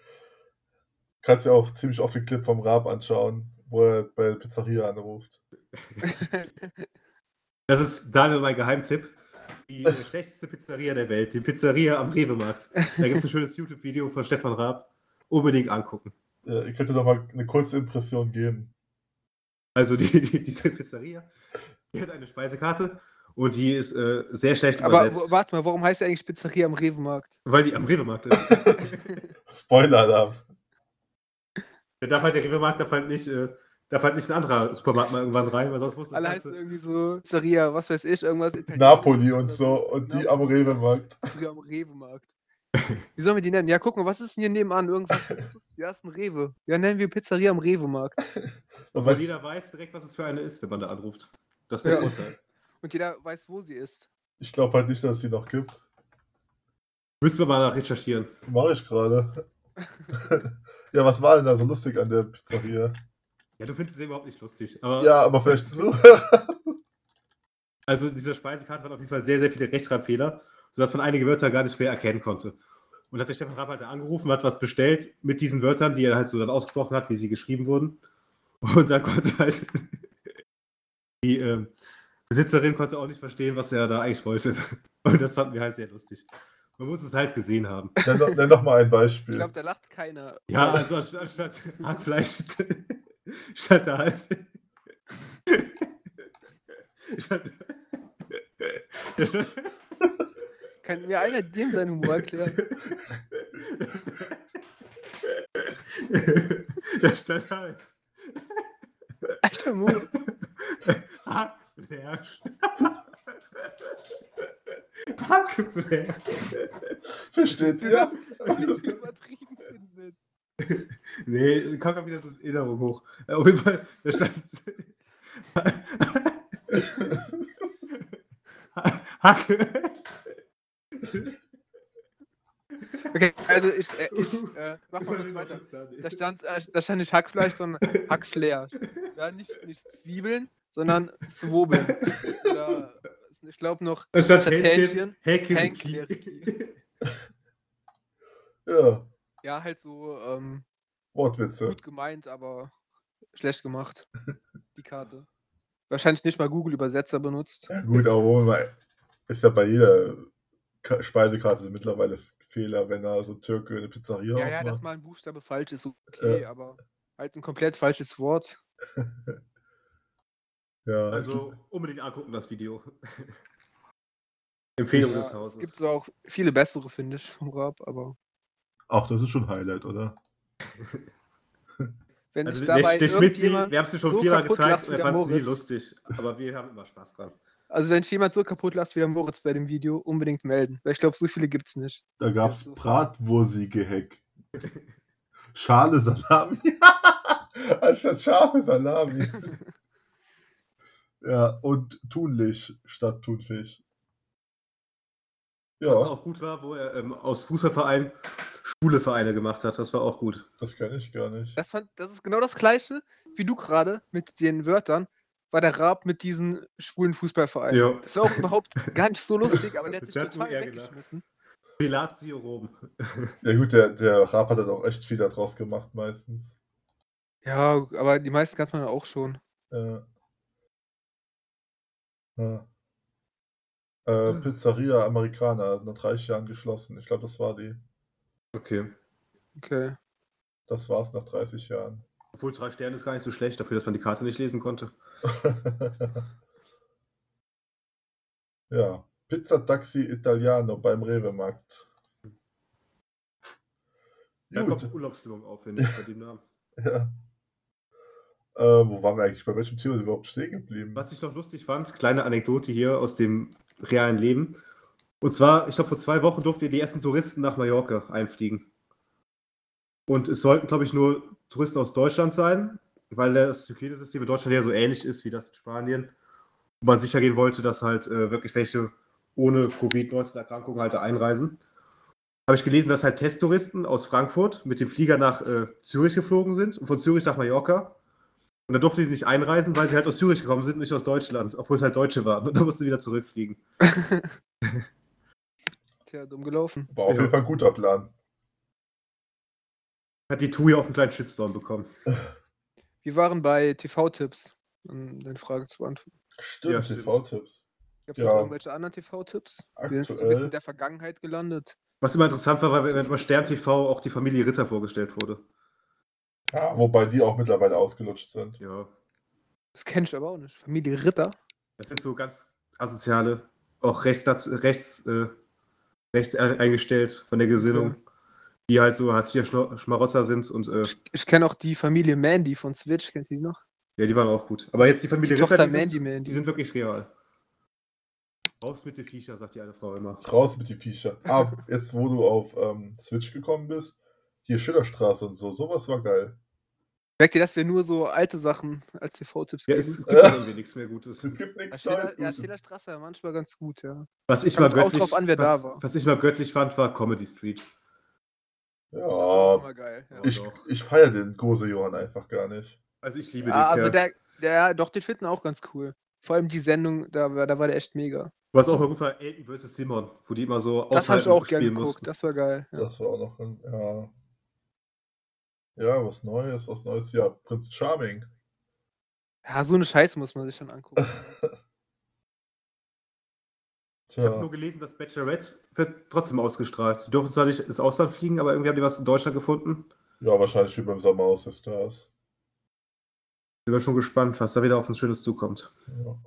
A: Kannst ja auch ziemlich oft den Clip vom Raab anschauen, wo er bei der Pizzeria anruft.
C: Das ist Daniel mein Geheimtipp. Die äh, schlechteste Pizzeria der Welt, die Pizzeria am Rewe-Markt. Da gibt es ein schönes YouTube-Video von Stefan Raab. Unbedingt angucken.
A: Ja, ihr könntet doch mal eine kurze Impression geben.
C: Also die, die, diese Pizzeria, die hat eine Speisekarte und die ist äh, sehr schlecht
B: Aber
C: übersetzt,
B: wo- warte mal, warum heißt er eigentlich Pizzeria am Rewe-Markt?
C: weil die am Rewe-Markt ist.
A: Spoiler-Alarm.
C: Der darf halt der Rewe-Markt darf halt nicht, äh, darf halt nicht ein anderer Supermarkt mal irgendwann rein, weil sonst muss das
B: Alle heißen
C: Ganze...
B: irgendwie so Pizzeria, was weiß ich, irgendwas. Italienisches
A: Napoli
B: oder
A: und so und die
B: Napoli.
A: am Rewe-Markt.
B: Pizzeria am Rewe-Markt. Wie sollen wir die nennen? Ja, guck mal, was ist denn hier nebenan? Irgendwas. Ja, ist ein Rewe. Ja, nennen wir Pizzeria am Rewe-Markt.
A: Und
C: Weil
A: weißt-
C: jeder weiß direkt, was es für eine ist, wenn man da anruft. Das ist der
B: Ja.
C: Vorteil.
B: Und jeder weiß, wo sie ist.
A: Ich glaube halt nicht, dass es die noch gibt.
C: Müssen wir mal nach recherchieren.
A: Mache ich gerade. ja, was war denn da so lustig an der Pizzeria?
C: Ja, du findest es überhaupt nicht lustig. Aber
A: Ja, aber vielleicht so.
C: Also diese Speisekarte hat auf jeden Fall sehr, sehr viele Rechtschreibfehler, sodass man einige Wörter gar nicht mehr erkennen konnte. Und hat der Stefan Raab halt da angerufen, hat was bestellt mit diesen Wörtern, die er halt so dann ausgesprochen hat, wie sie geschrieben wurden. Und da konnte halt die ähm, Besitzerin konnte auch nicht verstehen, was er da eigentlich wollte. Und das fanden wir halt sehr lustig. Man muss es halt gesehen haben.
A: nenn, doch- nenn doch mal ein
B: Ich
A: Beispiel.
B: glaube, da lacht keiner.
C: Ja, also anst- anstatt Hackfleisch statt da halt. statt, ja, statt,
B: Kann mir einer dem seinen Humor erklären?
C: da stand halt
B: Alter Mo,
C: Hackfleisch. Hackfleisch.
A: Versteht ihr?
B: ich übertrieben den Witz.
C: Nee, kam gerade wieder so eine Erinnerung hoch. Äh, Auf jeden Fall, da stand. Hacke.
B: Okay, also ich, äh, ich äh, mach mal kurz weiter. Da stand, äh, da stand nicht Hackfleisch, sondern Hackfleisch. Ja, nicht, nicht Zwiebeln, sondern Zwobeln. Oder, ich glaube noch
C: Da stand
B: statt
C: Hähnchen.
B: Hähnchen.
C: Hähnchen.
A: Ja,
B: Ja, halt so ähm,
A: Wortwitze.
B: gut gemeint, aber schlecht gemacht. Die Karte. Wahrscheinlich nicht mal Google-Übersetzer benutzt.
A: Ja, gut, aber wollen wir mal- ist ja bei jeder Ka- Speisekarte sind mittlerweile Fehler, wenn da so ein Türke eine Pizzeria
B: Ja, ja, dass
A: aufmacht.
B: mal ein Buchstabe falsch ist, okay, aber halt ein komplett falsches Wort.
A: Ja,
C: Also unbedingt angucken, das Video. Empfehlung
B: Ja,
C: des Hauses.
B: Gibt es auch viele bessere, finde ich, vom Rab, aber
A: Ach, das ist schon Highlight, oder?
B: Wenn
C: Also
B: sich
C: der,
B: dabei
C: der Schmitzi,
B: irgendjemand-
C: wir haben es dir schon
B: so
C: viermal
B: kaputt
C: gezeigt
B: lacht
C: und er
B: wie der
C: fand es nie
B: Moritz.
C: lustig. Aber wir haben immer Spaß dran.
B: Also wenn sich jemand so kaputt lacht wie der Moritz bei dem Video, unbedingt melden. Weil ich glaube, so viele gibt's nicht.
A: Da gab es
B: Ja, so.
A: bratwursige Heck. Schale Salami. Anstatt scharfe Salami. ja, und Thunlich statt Thunfisch.
C: Was
A: Ja,
C: auch gut war, wo er ähm, aus Fußballverein schwule Vereine gemacht hat. Das war auch gut.
A: das kenne ich gar nicht.
B: Das, fand, das ist genau das gleiche wie du gerade mit den Wörtern, war der Rab mit diesen schwulen Fußballvereinen.
C: Ja.
B: Das war auch überhaupt gar nicht so lustig, aber der hat sich
C: Der hat
B: total
C: nur eher gelacht.
B: weggeschmissen.
C: Pilatio Rom.
A: Ja gut, der, der Raab hat dann auch echt viel daraus gemacht meistens.
B: Ja, aber die meisten kannte man ja auch schon.
A: Ja. Ja. Äh,
C: Hm.
A: Pizzeria Americana, hat nach 30 Jahren geschlossen. Ich glaube, das war die.
C: Okay.
B: Okay.
A: Das war's nach 30 Jahren.
C: Obwohl drei Sterne ist gar nicht so schlecht, dafür, dass man die Karte nicht lesen konnte.
A: ja, Pizza Taxi Italiano beim Rewe-Markt.
C: Da
A: Gut,
C: kommt Urlaubsstimmung auf, finde ich, bei dem Namen.
A: ja. Äh, wo waren wir eigentlich? Bei welchem Thema sind wir überhaupt stehen geblieben?
C: Was ich noch lustig fand, kleine Anekdote hier aus dem realen Leben. Und zwar, ich glaube, vor zwei Wochen durften die ersten Touristen nach Mallorca einfliegen. Und es sollten, glaube ich, nur Touristen aus Deutschland sein, weil das Hygienesystem in Deutschland ja so ähnlich ist wie das in Spanien. Und man sicher gehen wollte, dass halt äh, wirklich welche ohne Covid-19-Erkrankung halt da einreisen. Habe ich gelesen, dass halt Testtouristen aus Frankfurt mit dem Flieger nach äh, Zürich geflogen sind und von Zürich nach Mallorca. Und da durften die nicht einreisen, weil sie halt aus Zürich gekommen sind, nicht aus Deutschland, obwohl es halt Deutsche waren. Und da mussten die wieder zurückfliegen.
B: Tja, dumm gelaufen.
A: War auf
C: Ja.
A: jeden Fall ein guter Plan.
C: Hat die TUI auch einen kleinen Shitstorm bekommen.
B: Wir waren bei TV-Tipps, um deine Frage zu beantworten.
A: Stimmt,
C: stimmt.
A: TV-Tipps.
B: Gab es
A: Ja.
B: noch irgendwelche anderen TV-Tipps? Wir sind so ein
A: Aktuell-
B: bisschen in der Vergangenheit gelandet.
C: Was immer interessant war, weil während bei Stern TV auch die Familie Ritter vorgestellt wurde.
A: Ja, Ah, wobei die auch mittlerweile ausgelutscht sind.
C: Ja.
B: Das kenne ich aber auch nicht. Familie Ritter.
C: Das sind so ganz asoziale, auch rechts, rechts, äh, rechts ein- eingestellt von der Gesinnung, die halt so Hartz IV Schno- Schmarotzer sind und äh,
B: Ich, ich kenne auch die Familie Mandy von Switch, kennt ihr die noch?
C: ja, die waren auch gut. Aber jetzt die Familie
B: Die
C: Ritter,
B: Tochter
C: die sind,
B: Mandy Mandy.
C: die sind wirklich real. Raus mit den Viecher, sagt die eine Frau immer.
A: Raus mit die Viecher. Ah, jetzt wo du auf ähm, Switch gekommen bist, hier Schillerstraße und so, sowas war geil.
B: Merkt ihr, dass wir nur so alte Sachen als TV-Tipps
C: Ja,
B: geben?
C: es gibt ja irgendwie nichts mehr Gutes.
A: Es gibt nichts
B: Ja,
A: Neues.
B: Schiller, ja,
A: Gutes.
B: Schillerstraße war manchmal ganz gut, ja.
C: Was ich mal
B: Kommt auch
C: göttlich,
B: drauf an, wer
C: was,
B: da war.
C: was ich mal göttlich fand, war Comedy Street.
A: ja,
B: Immer geil. Ja.
A: Ich,
C: doch.
A: ich feiere den Gose Johann einfach gar nicht.
C: Also ich liebe
B: Ja,
C: den
B: also
C: Kerl.
B: der, der, ja, doch, den finden auch ganz cool. Vor allem die Sendung, da, war- da war der echt mega.
C: Was auch mal gut war, Elton vs. Simon, wo die immer so
B: Das habe ich
C: aushalten
B: auch gern
C: spielen
B: geguckt,
C: mussten.
B: das war geil. Ja.
A: Das war auch noch ein, ja. Ja, was Neues, was Neues. Ja, Prinz Charming.
B: ja, so eine Scheiße muss man sich schon angucken.
C: Ich habe
A: Tja,
C: nur gelesen, dass Bachelorette wird trotzdem ausgestrahlt. Die dürfen zwar nicht ins Ausland fliegen, aber irgendwie haben die was in Deutschland gefunden.
A: ja, wahrscheinlich wie beim Sommer aus der Stars.
C: Sind wir schon gespannt, was da wieder auf uns Schönes zukommt.
A: Ja.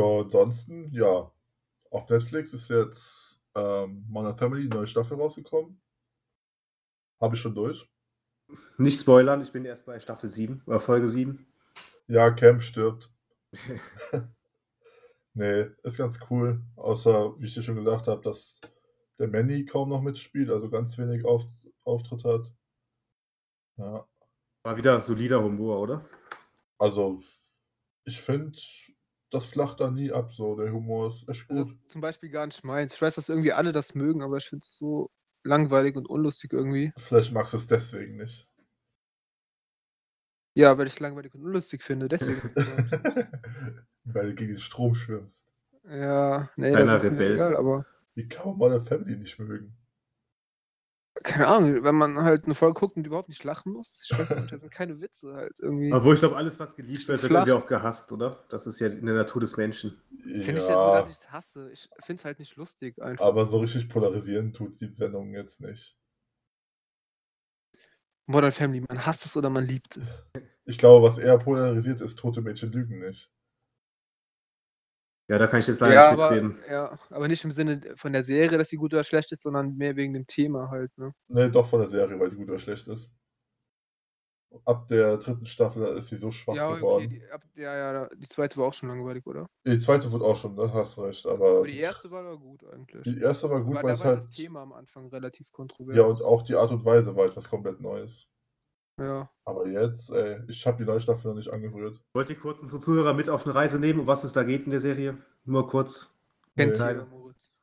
A: ja, ansonsten, ja. Auf Netflix ist jetzt ähm, Modern Family, neue Staffel rausgekommen. Habe ich schon durch.
C: Nicht spoilern, ich bin erst bei Staffel 7, oder Folge 7.
A: Ja, Cam stirbt. nee, ist ganz cool. Außer, wie ich dir schon gesagt habe, dass der Manny kaum noch mitspielt, also ganz wenig Auf Auftritt hat. Ja,
C: War wieder solider Humor, oder?
A: also, ich finde, das flacht da nie ab, so. Der Humor ist echt
B: Also,
A: gut.
B: zum Beispiel gar nicht meins. Ich weiß, dass irgendwie alle das mögen, aber ich finde es so langweilig und unlustig irgendwie.
A: Vielleicht magst du es deswegen nicht.
B: Ja, weil ich langweilig und unlustig finde, deswegen.
A: Weil du gegen den Strom schwimmst.
B: ja, nee,
C: Kleiner
B: das ist mir
C: Rebell.
B: egal, aber
A: Wie kann man Modern Family nicht mögen?
B: keine Ahnung, wenn man halt eine Folge guckt und überhaupt nicht lachen muss, ich weiß nicht, da sind keine Witze halt irgendwie.
C: Obwohl ich glaube, alles, was geliebt wird, wird
B: Flach.
C: irgendwie auch gehasst, oder? Das ist ja in der Natur des Menschen.
B: Ich finde nicht so, dass
A: Ja,
B: ich es hasse. Ich finde es halt nicht lustig einfach.
A: aber so richtig polarisieren tut die Sendung jetzt nicht.
B: Modern Family, man hasst es oder man liebt es.
A: Ich glaube, was eher polarisiert ist, tote Mädchen lügen nicht.
C: Ja, da kann ich jetzt leider
B: Ja
C: nicht
B: aber,
C: mitreden.
B: ja, aber nicht im Sinne von der Serie, dass sie gut oder schlecht ist, sondern mehr wegen dem Thema halt. Ne?
A: Ne, doch von der Serie, weil die gut oder schlecht ist. ab der dritten Staffel ist sie so schwach
B: ja, okay,
A: geworden.
B: die, ab, ja, ja, die zweite war auch schon langweilig, oder?
A: Die zweite wurde auch schon, ne? Hast recht. Aber
B: Aber die erste war doch gut eigentlich.
A: die erste war gut,
B: Weil
A: weil
B: da
A: es
B: war
A: halt.
B: das Thema am Anfang relativ kontrovers.
A: Ja, und auch die Art und Weise war etwas komplett Neues.
B: ja.
A: Aber jetzt, ey, ich habe die neue Staffel noch nicht angerührt.
C: Wollt ihr kurz unsere Zuhörer mit auf eine Reise nehmen, um was es da geht in der Serie? Nur kurz.
B: Kennt
A: Nee.
B: jeder, Moritz.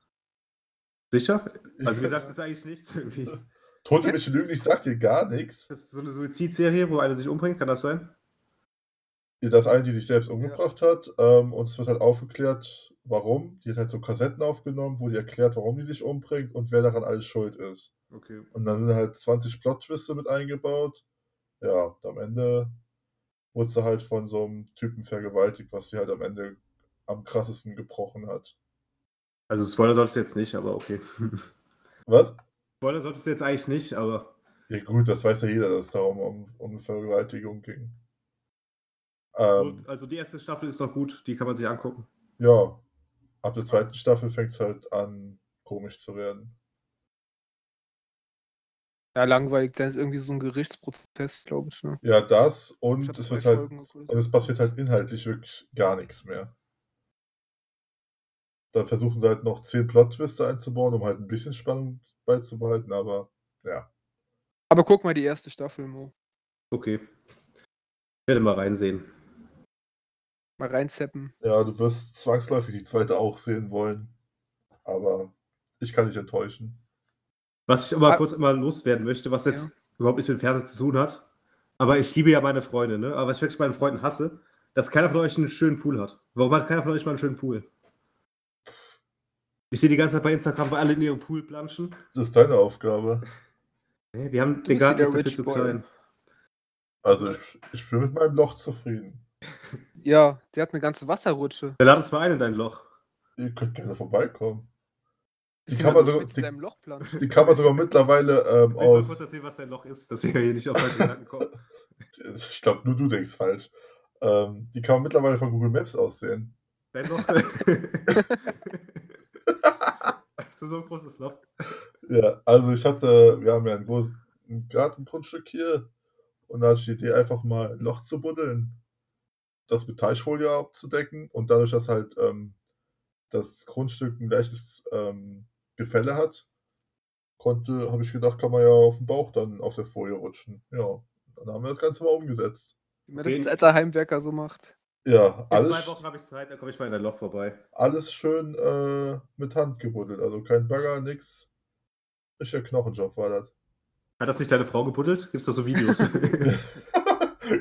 C: Sicher? Also, wie
A: Ich-
C: gesagt, das ist eigentlich nichts. Irgendwie.
A: Tote mich lügen, ich sag dir gar nichts.
C: Das ist so eine Suizidserie, wo einer sich umbringt, kann das sein?
A: Das eine, die sich selbst umgebracht hat, ähm, und es wird halt aufgeklärt, warum. Die hat halt so Kassetten aufgenommen, wo die erklärt, warum die sich umbringt und wer daran alles schuld ist.
C: Okay.
A: Und dann sind halt 20 Plot-Twiste mit eingebaut. Ja, und am Ende wurde sie halt von so einem Typen vergewaltigt, was sie halt am Ende am krassesten gebrochen hat.
C: Also, Spoiler solltest du jetzt nicht, aber okay.
A: Was?
C: Spoiler solltest du jetzt eigentlich nicht, aber.
A: Ja gut, das weiß ja jeder, dass es darum um, um Vergewaltigung ging. Ähm,
C: Gut, also, die erste Staffel ist noch gut, die kann man sich angucken.
A: ja, ab der zweiten Staffel fängt es halt an, komisch zu werden.
B: Ja, langweilig, da ist irgendwie so ein Gerichtsprozess, glaube ich. Ne?
A: Ja, das
B: Ich
A: und
B: hab
A: es
B: zwei
A: wird halt,
B: Folgen geguckt.
A: und es passiert halt inhaltlich wirklich gar nichts mehr. Dann versuchen sie halt noch zehn Plot-Twister einzubauen, um halt ein bisschen Spannung beizubehalten, aber ja.
B: Aber guck mal die erste Staffel, Mo.
C: Okay. Ich werde mal reinsehen.
B: Mal reinzappen.
A: Ja, du wirst zwangsläufig die zweite auch sehen wollen. Aber ich kann dich enttäuschen.
C: Was ich aber
B: Ah.
C: kurz mal loswerden möchte, was jetzt überhaupt nichts mit Fernsehen zu tun hat. Aber ich liebe ja meine Freunde, ne? Aber was ich wirklich meinen Freunden hasse, dass keiner von euch einen schönen Pool hat. Warum hat keiner von euch mal einen schönen Pool? Ich sehe die ganze Zeit bei Instagram, wo alle in ihrem Pool planschen.
A: Das ist deine Aufgabe.
C: Nee, wir haben
B: Du
C: den
B: bist
C: Garten
B: wie der
C: ist dafür
B: Rich
C: zu
B: Boy.
C: klein.
A: Also ich, ich bin mit meinem Loch zufrieden.
B: Ja, der hat eine ganze Wasserrutsche.
C: Dann lad uns mal ein in dein Loch.
A: Ihr könnt gerne vorbeikommen. Die
B: Ich
A: kann
B: will
A: man
B: so
C: also
A: sogar-
B: mit
A: die-
B: deinem Lochplan.
A: Die kann man sogar mittlerweile ähm,
C: Ich will mal kurz
A: aus.
C: erzählen, was dein Loch ist, dass wir hier nicht auf falsche Gedanken kommen.
A: Ich glaube, nur du denkst falsch. Ähm, die kann man mittlerweile von Google Maps aussehen.
C: Dein Loch. Hast du so ein großes Loch?
A: Ja, also ich hatte, wir haben ja ein großes ein Gartengrundstück hier und da hatte ich die Idee, einfach mal ein Loch zu buddeln, das mit Teichfolie abzudecken und dadurch, dass halt ähm, das Grundstück ein leichtes ähm, Gefälle hat, konnte, habe ich gedacht, kann man ja auf dem Bauch dann auf der Folie rutschen. Ja, dann haben wir das Ganze mal umgesetzt.
B: Wie man
C: Okay.
B: das als alter Heimwerker so macht.
A: Ja,
C: In
A: alles.
C: zwei Wochen habe ich Zeit, dann komme ich mal in dein Loch vorbei.
A: alles schön äh, mit Hand gebuddelt. Also kein Bagger, nix. Richtiger Knochenjob war das.
C: Hat das nicht deine Frau gebuddelt? Gibt's da so Videos?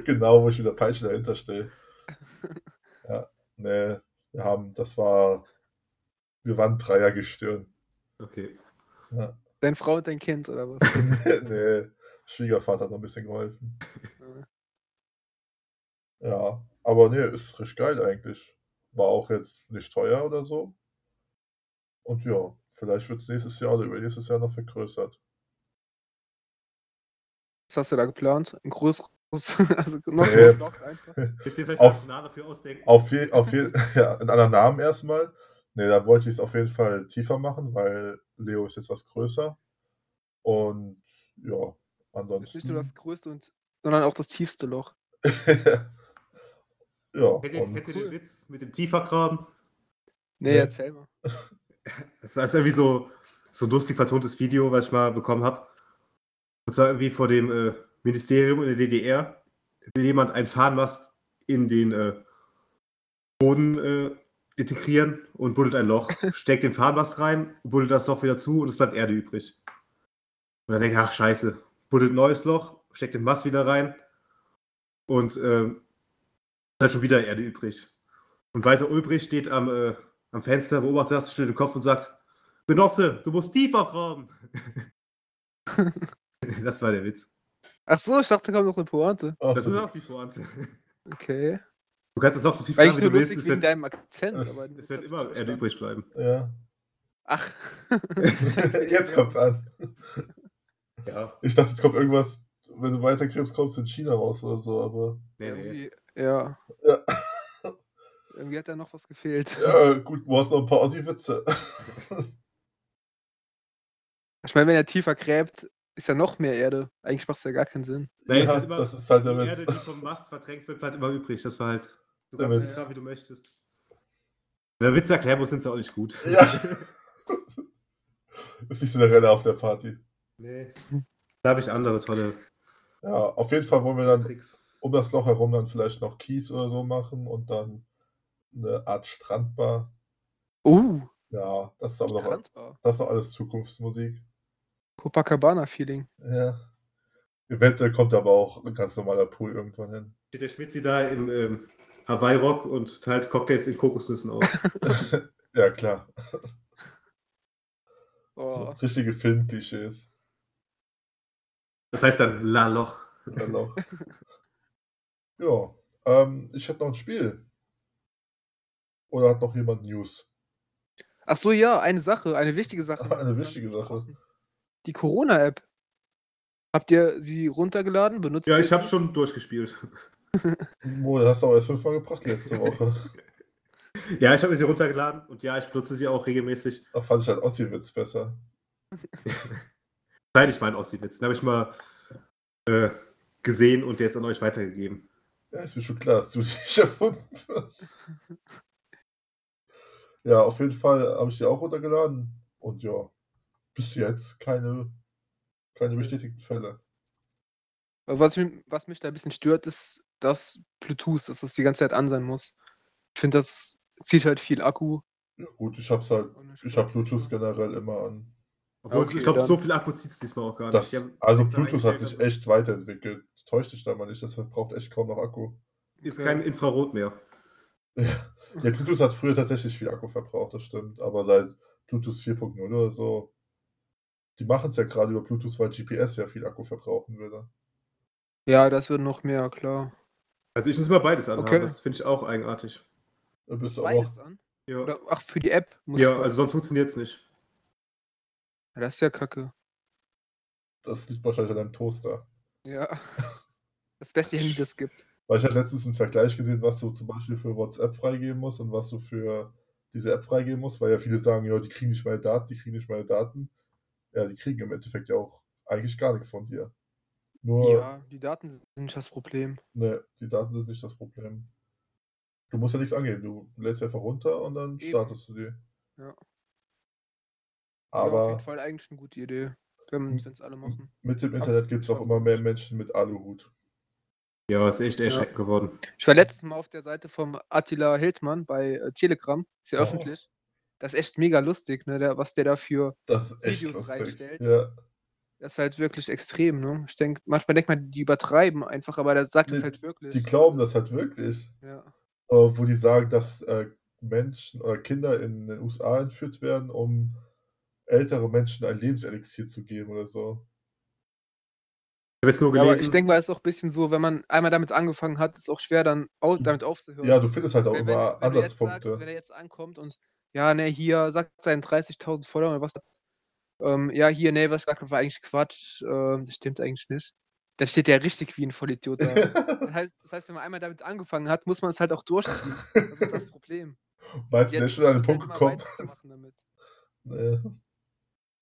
A: genau, wo ich wieder Peitsche dahinter stehe. Ja, nee, wir haben, das war, wir waren Dreiergestirn.
C: okay.
B: Deine Frau und dein Kind, oder was?
A: nee, Schwiegervater hat noch ein bisschen geholfen. Ja, aber nee, ist richtig geil eigentlich. War auch jetzt nicht teuer oder so. Und ja, vielleicht wird es nächstes Jahr oder übernächstes Jahr noch vergrößert.
B: was hast du da geplant? Ein größeres, also noch
C: Äh,
A: Nee.
B: ein Loch einfach.
C: Willst du dir vielleicht
A: Auf-
C: einen Namen dafür ausdenken?
A: Auf, je, auf je, ja, einen anderen Namen erstmal. Ne, da wollte ich es auf jeden Fall tiefer machen, weil Leo ist jetzt was größer. Und ja,
B: Das ist nicht
A: ansonsten.
B: nur das größte und sondern auch das tiefste Loch.
A: ja,
C: Kennt ihr,
A: und,
C: kennt ihr
B: Cool.
C: den Witz mit dem Tiefergraben?
B: Nee,
A: Nee.
B: erzähl mal.
C: Das war irgendwie so, so ein lustig vertontes Video, was ich mal bekommen habe. Und zwar irgendwie vor dem äh, Ministerium in der DDR will jemand einen Fahnenmast in den äh, Boden äh, integrieren und buddelt ein Loch. Steckt den Fahnenmast rein, buddelt das Loch wieder zu und es bleibt Erde übrig. Und dann denkt er, ach scheiße, buddelt ein neues Loch, steckt den Mast wieder rein und äh, bleibt schon wieder Erde übrig. Und Walter Ulbricht steht am, äh, am Fenster, beobachtet das, schüttelt den Kopf und sagt: Genosse, du musst tiefer graben. das war der Witz.
B: Ach so, ich dachte, da kommt noch eine Pointe.
A: ach,
C: Das ist auch die Pointe. Du
B: Okay.
C: kannst das auch so tief
B: Weil
C: graben,
B: ich
C: wie
B: nur
C: du willst.
B: lustig
C: Es
B: wegen
C: wird,
B: deinem Akzent. Aber
C: es wird immer Erde übrig bleiben.
A: Ja.
B: Ach.
A: jetzt kommt's an.
C: Ja,
A: Ich dachte, jetzt kommt irgendwas, wenn du weiterkrebst, kommst du in China raus oder so, aber.
C: nee, nee.
B: Irgendwie, ja.
A: Ja.
B: Irgendwie hat da noch was gefehlt.
A: Ja, gut, du hast noch ein paar Ossi-Witze.
B: Ich meine, wenn er tiefer gräbt, ist ja noch mehr Erde. Eigentlich macht es ja gar keinen Sinn.
C: Nein,
A: Ja,
C: ist halt immer,
A: das ist halt
C: die
A: der
C: Erde, die
A: Witz.
C: vom Mast verdrängt wird, bleibt immer übrig. Das war halt. Du
A: Der
C: kannst
A: Witz.
C: es wie du möchtest. Wenn wir Witze erklären muss, sind sie auch nicht gut.
A: Ja. Das ist nicht so der Renner auf der Party.
C: Nee. Da habe ich andere tolle
A: Ja, auf jeden Fall wollen wir dann
C: Tricks.
A: um das Loch herum dann vielleicht noch Kies oder so machen und dann eine Art Strandbar.
B: Uh, Oh.
A: Ja, das ist aber noch,
B: Strandbar.
A: das ist noch alles Zukunftsmusik.
B: Copacabana-Feeling.
A: Ja. Eventuell kommt aber auch ein ganz normaler Pool irgendwann hin.
C: Steht der Schmitzi da im ähm, Hawaii-Rock und teilt Cocktails in Kokosnüssen aus.
A: Ja, klar. So,
B: Oh.
A: richtige Filmklischees.
C: Das heißt dann La Loch.
A: Dann noch. ja, ähm, ich hätte noch ein Spiel. Oder hat noch jemand News?
B: Ach so, ja, eine Sache, eine wichtige Sache.
A: Eine wichtige Sache.
B: Die Corona-App. Habt ihr sie runtergeladen? Benutzt
C: Ja,
B: ihr
C: ich
B: sie?
C: habe schon durchgespielt.
A: Mo, das hast du aber erst fünfmal gebracht letzte Woche.
C: Ja, ich habe mir sie runtergeladen und ja, ich benutze sie auch regelmäßig.
A: da fand ich halt Ossi-Witz besser.
C: Nein, ich meine Ossi-Witz. Den habe ich mal äh, gesehen und jetzt an euch weitergegeben.
A: Ja, ist mir schon klar, dass du dich erfunden hast. ja, auf jeden Fall habe ich die auch runtergeladen. Und ja, bis jetzt keine, keine bestätigten Fälle.
B: Weil Was mich, was mich da ein bisschen stört, ist das Bluetooth, dass das die ganze Zeit an sein muss. Ich finde, das zieht halt viel Akku.
A: Ja, gut, ich hab's halt, ich habe Bluetooth generell immer an.
C: Obwohl,
B: Okay,
C: ich glaube,
B: dann-
C: so viel Akku zieht es diesmal auch gar
A: Das,
C: nicht. Die haben
A: also
C: extra
A: Bluetooth hat sich
C: eingestellt,
A: echt weiterentwickelt. Täusch dich da mal nicht, das verbraucht echt kaum noch Akku.
C: Ist kein Infrarot mehr.
A: Ja, Bluetooth hat früher tatsächlich viel Akku verbraucht, das stimmt. Aber seit Bluetooth 4.0 oder so, die machen es ja gerade über Bluetooth, weil GPS ja viel Akku verbrauchen würde.
B: Ja, das wird noch mehr, klar.
C: Also ich muss immer beides anhaben.
B: Okay.
C: Das finde ich auch eigenartig.
A: Da bist du auch
B: Beides
A: noch,
B: an?
C: Ja,
B: Oder, ach, für die App. muss
C: ja
B: ich-
C: also sonst funktioniert es nicht.
B: Ja, Das ist ja kacke.
A: das liegt wahrscheinlich an deinem Toaster.
B: Ja. Das beste Handy, das es gibt.
A: Weil ich hatte letztens einen Vergleich gesehen, was du zum Beispiel für WhatsApp freigeben musst und was du für diese App freigeben musst, weil ja viele sagen, ja, die kriegen nicht meine Daten, die kriegen nicht meine Daten. Ja, die kriegen im Endeffekt ja auch eigentlich gar nichts von dir. Nur,
B: Ja, die Daten sind nicht das Problem.
A: ne, die Daten sind nicht das Problem. Du musst ja nichts angeben, du lädst sie einfach runter und dann
B: Eben.
A: startest du die.
B: Ja. ja, auf
A: Aber
B: jeden Fall eigentlich eine gute Idee, wenn
A: Hm.
B: es alle machen.
A: mit dem Internet gibt es auch immer mehr Menschen mit Aluhut.
C: Ja, ist echt erschreckend geworden.
B: Ich war letztes Mal auf der Seite vom Attila Hildmann bei äh, Telegram, ist ja
A: Oh.
B: öffentlich. Das ist echt mega lustig, ne, der, was der dafür.
A: Das ist echt
B: Videos
A: lustig.
B: reingestellt.
A: Ja,
B: Das ist halt wirklich extrem, ne? Ich denk, manchmal denkt man, die übertreiben einfach, aber der sagt es
A: Nee,
B: halt wirklich.
A: die glauben das halt wirklich.
B: ja.
A: äh, wo die sagen, dass äh, Menschen oder Kinder in den USA entführt werden, um ältere Menschen ein Lebenselixier zu geben oder so.
C: Ich habe jetzt nur
B: Ja, aber
C: gelesen.
B: ich denke mal, es ist auch ein bisschen so, wenn man einmal damit angefangen hat, ist auch schwer, dann au damit aufzuhören.
A: Hm. Ja, du findest halt auch
B: wenn, wenn,
A: immer
B: wenn, du jetzt sagst,
A: Ansatzpunkte.
B: wenn er jetzt ankommt und ja, ne, hier sagt seinen 30.000 Follower oder was. Ähm, ja, hier, ne, was gesagt war eigentlich Quatsch. Ähm, das stimmt eigentlich nicht. Da steht der richtig wie ein Vollidiot da. Das heißt, das heißt, wenn man einmal damit angefangen hat, muss man es halt auch durchziehen. Das ist das Problem.
A: Meinst du, der ist schon an den Punkt
B: könnte man
A: gekommen?
B: weitermachen damit.
A: Nee.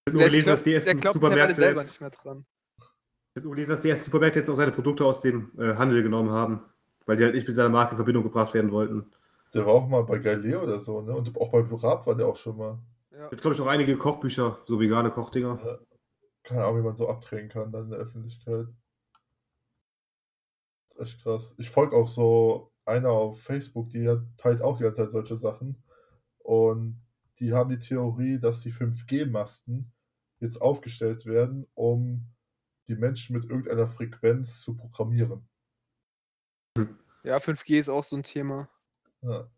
C: Ich habe nur
B: Der
C: gelesen,
B: glaubt-
C: dass die
B: der
C: ersten
B: glaubt mittlerweile
C: Supermärkte
B: selber
C: jetzt,
B: nicht mehr dran.
C: ich hab nur gelesen, dass die ersten Supermärkte jetzt auch seine Produkte aus dem äh, Handel genommen haben, weil die halt nicht mit seiner Marke in Verbindung gebracht werden wollten.
A: Der war auch mal bei Galileo oder so, ne? Und auch bei Blurab war der auch schon mal.
B: Ja.
C: Es gibt, glaube ich, auch einige Kochbücher, so vegane Kochdinger.
A: Keine Ahnung, wie man so abdrehen kann dann in der Öffentlichkeit. Das ist echt krass. Ich folge auch so einer auf Facebook, die hat- teilt auch die ganze Zeit solche Sachen. Und die haben die Theorie, dass die 5G-Masten jetzt aufgestellt werden, um die Menschen mit irgendeiner Frequenz zu programmieren.
B: ja, 5G ist auch so ein Thema.
A: Ja,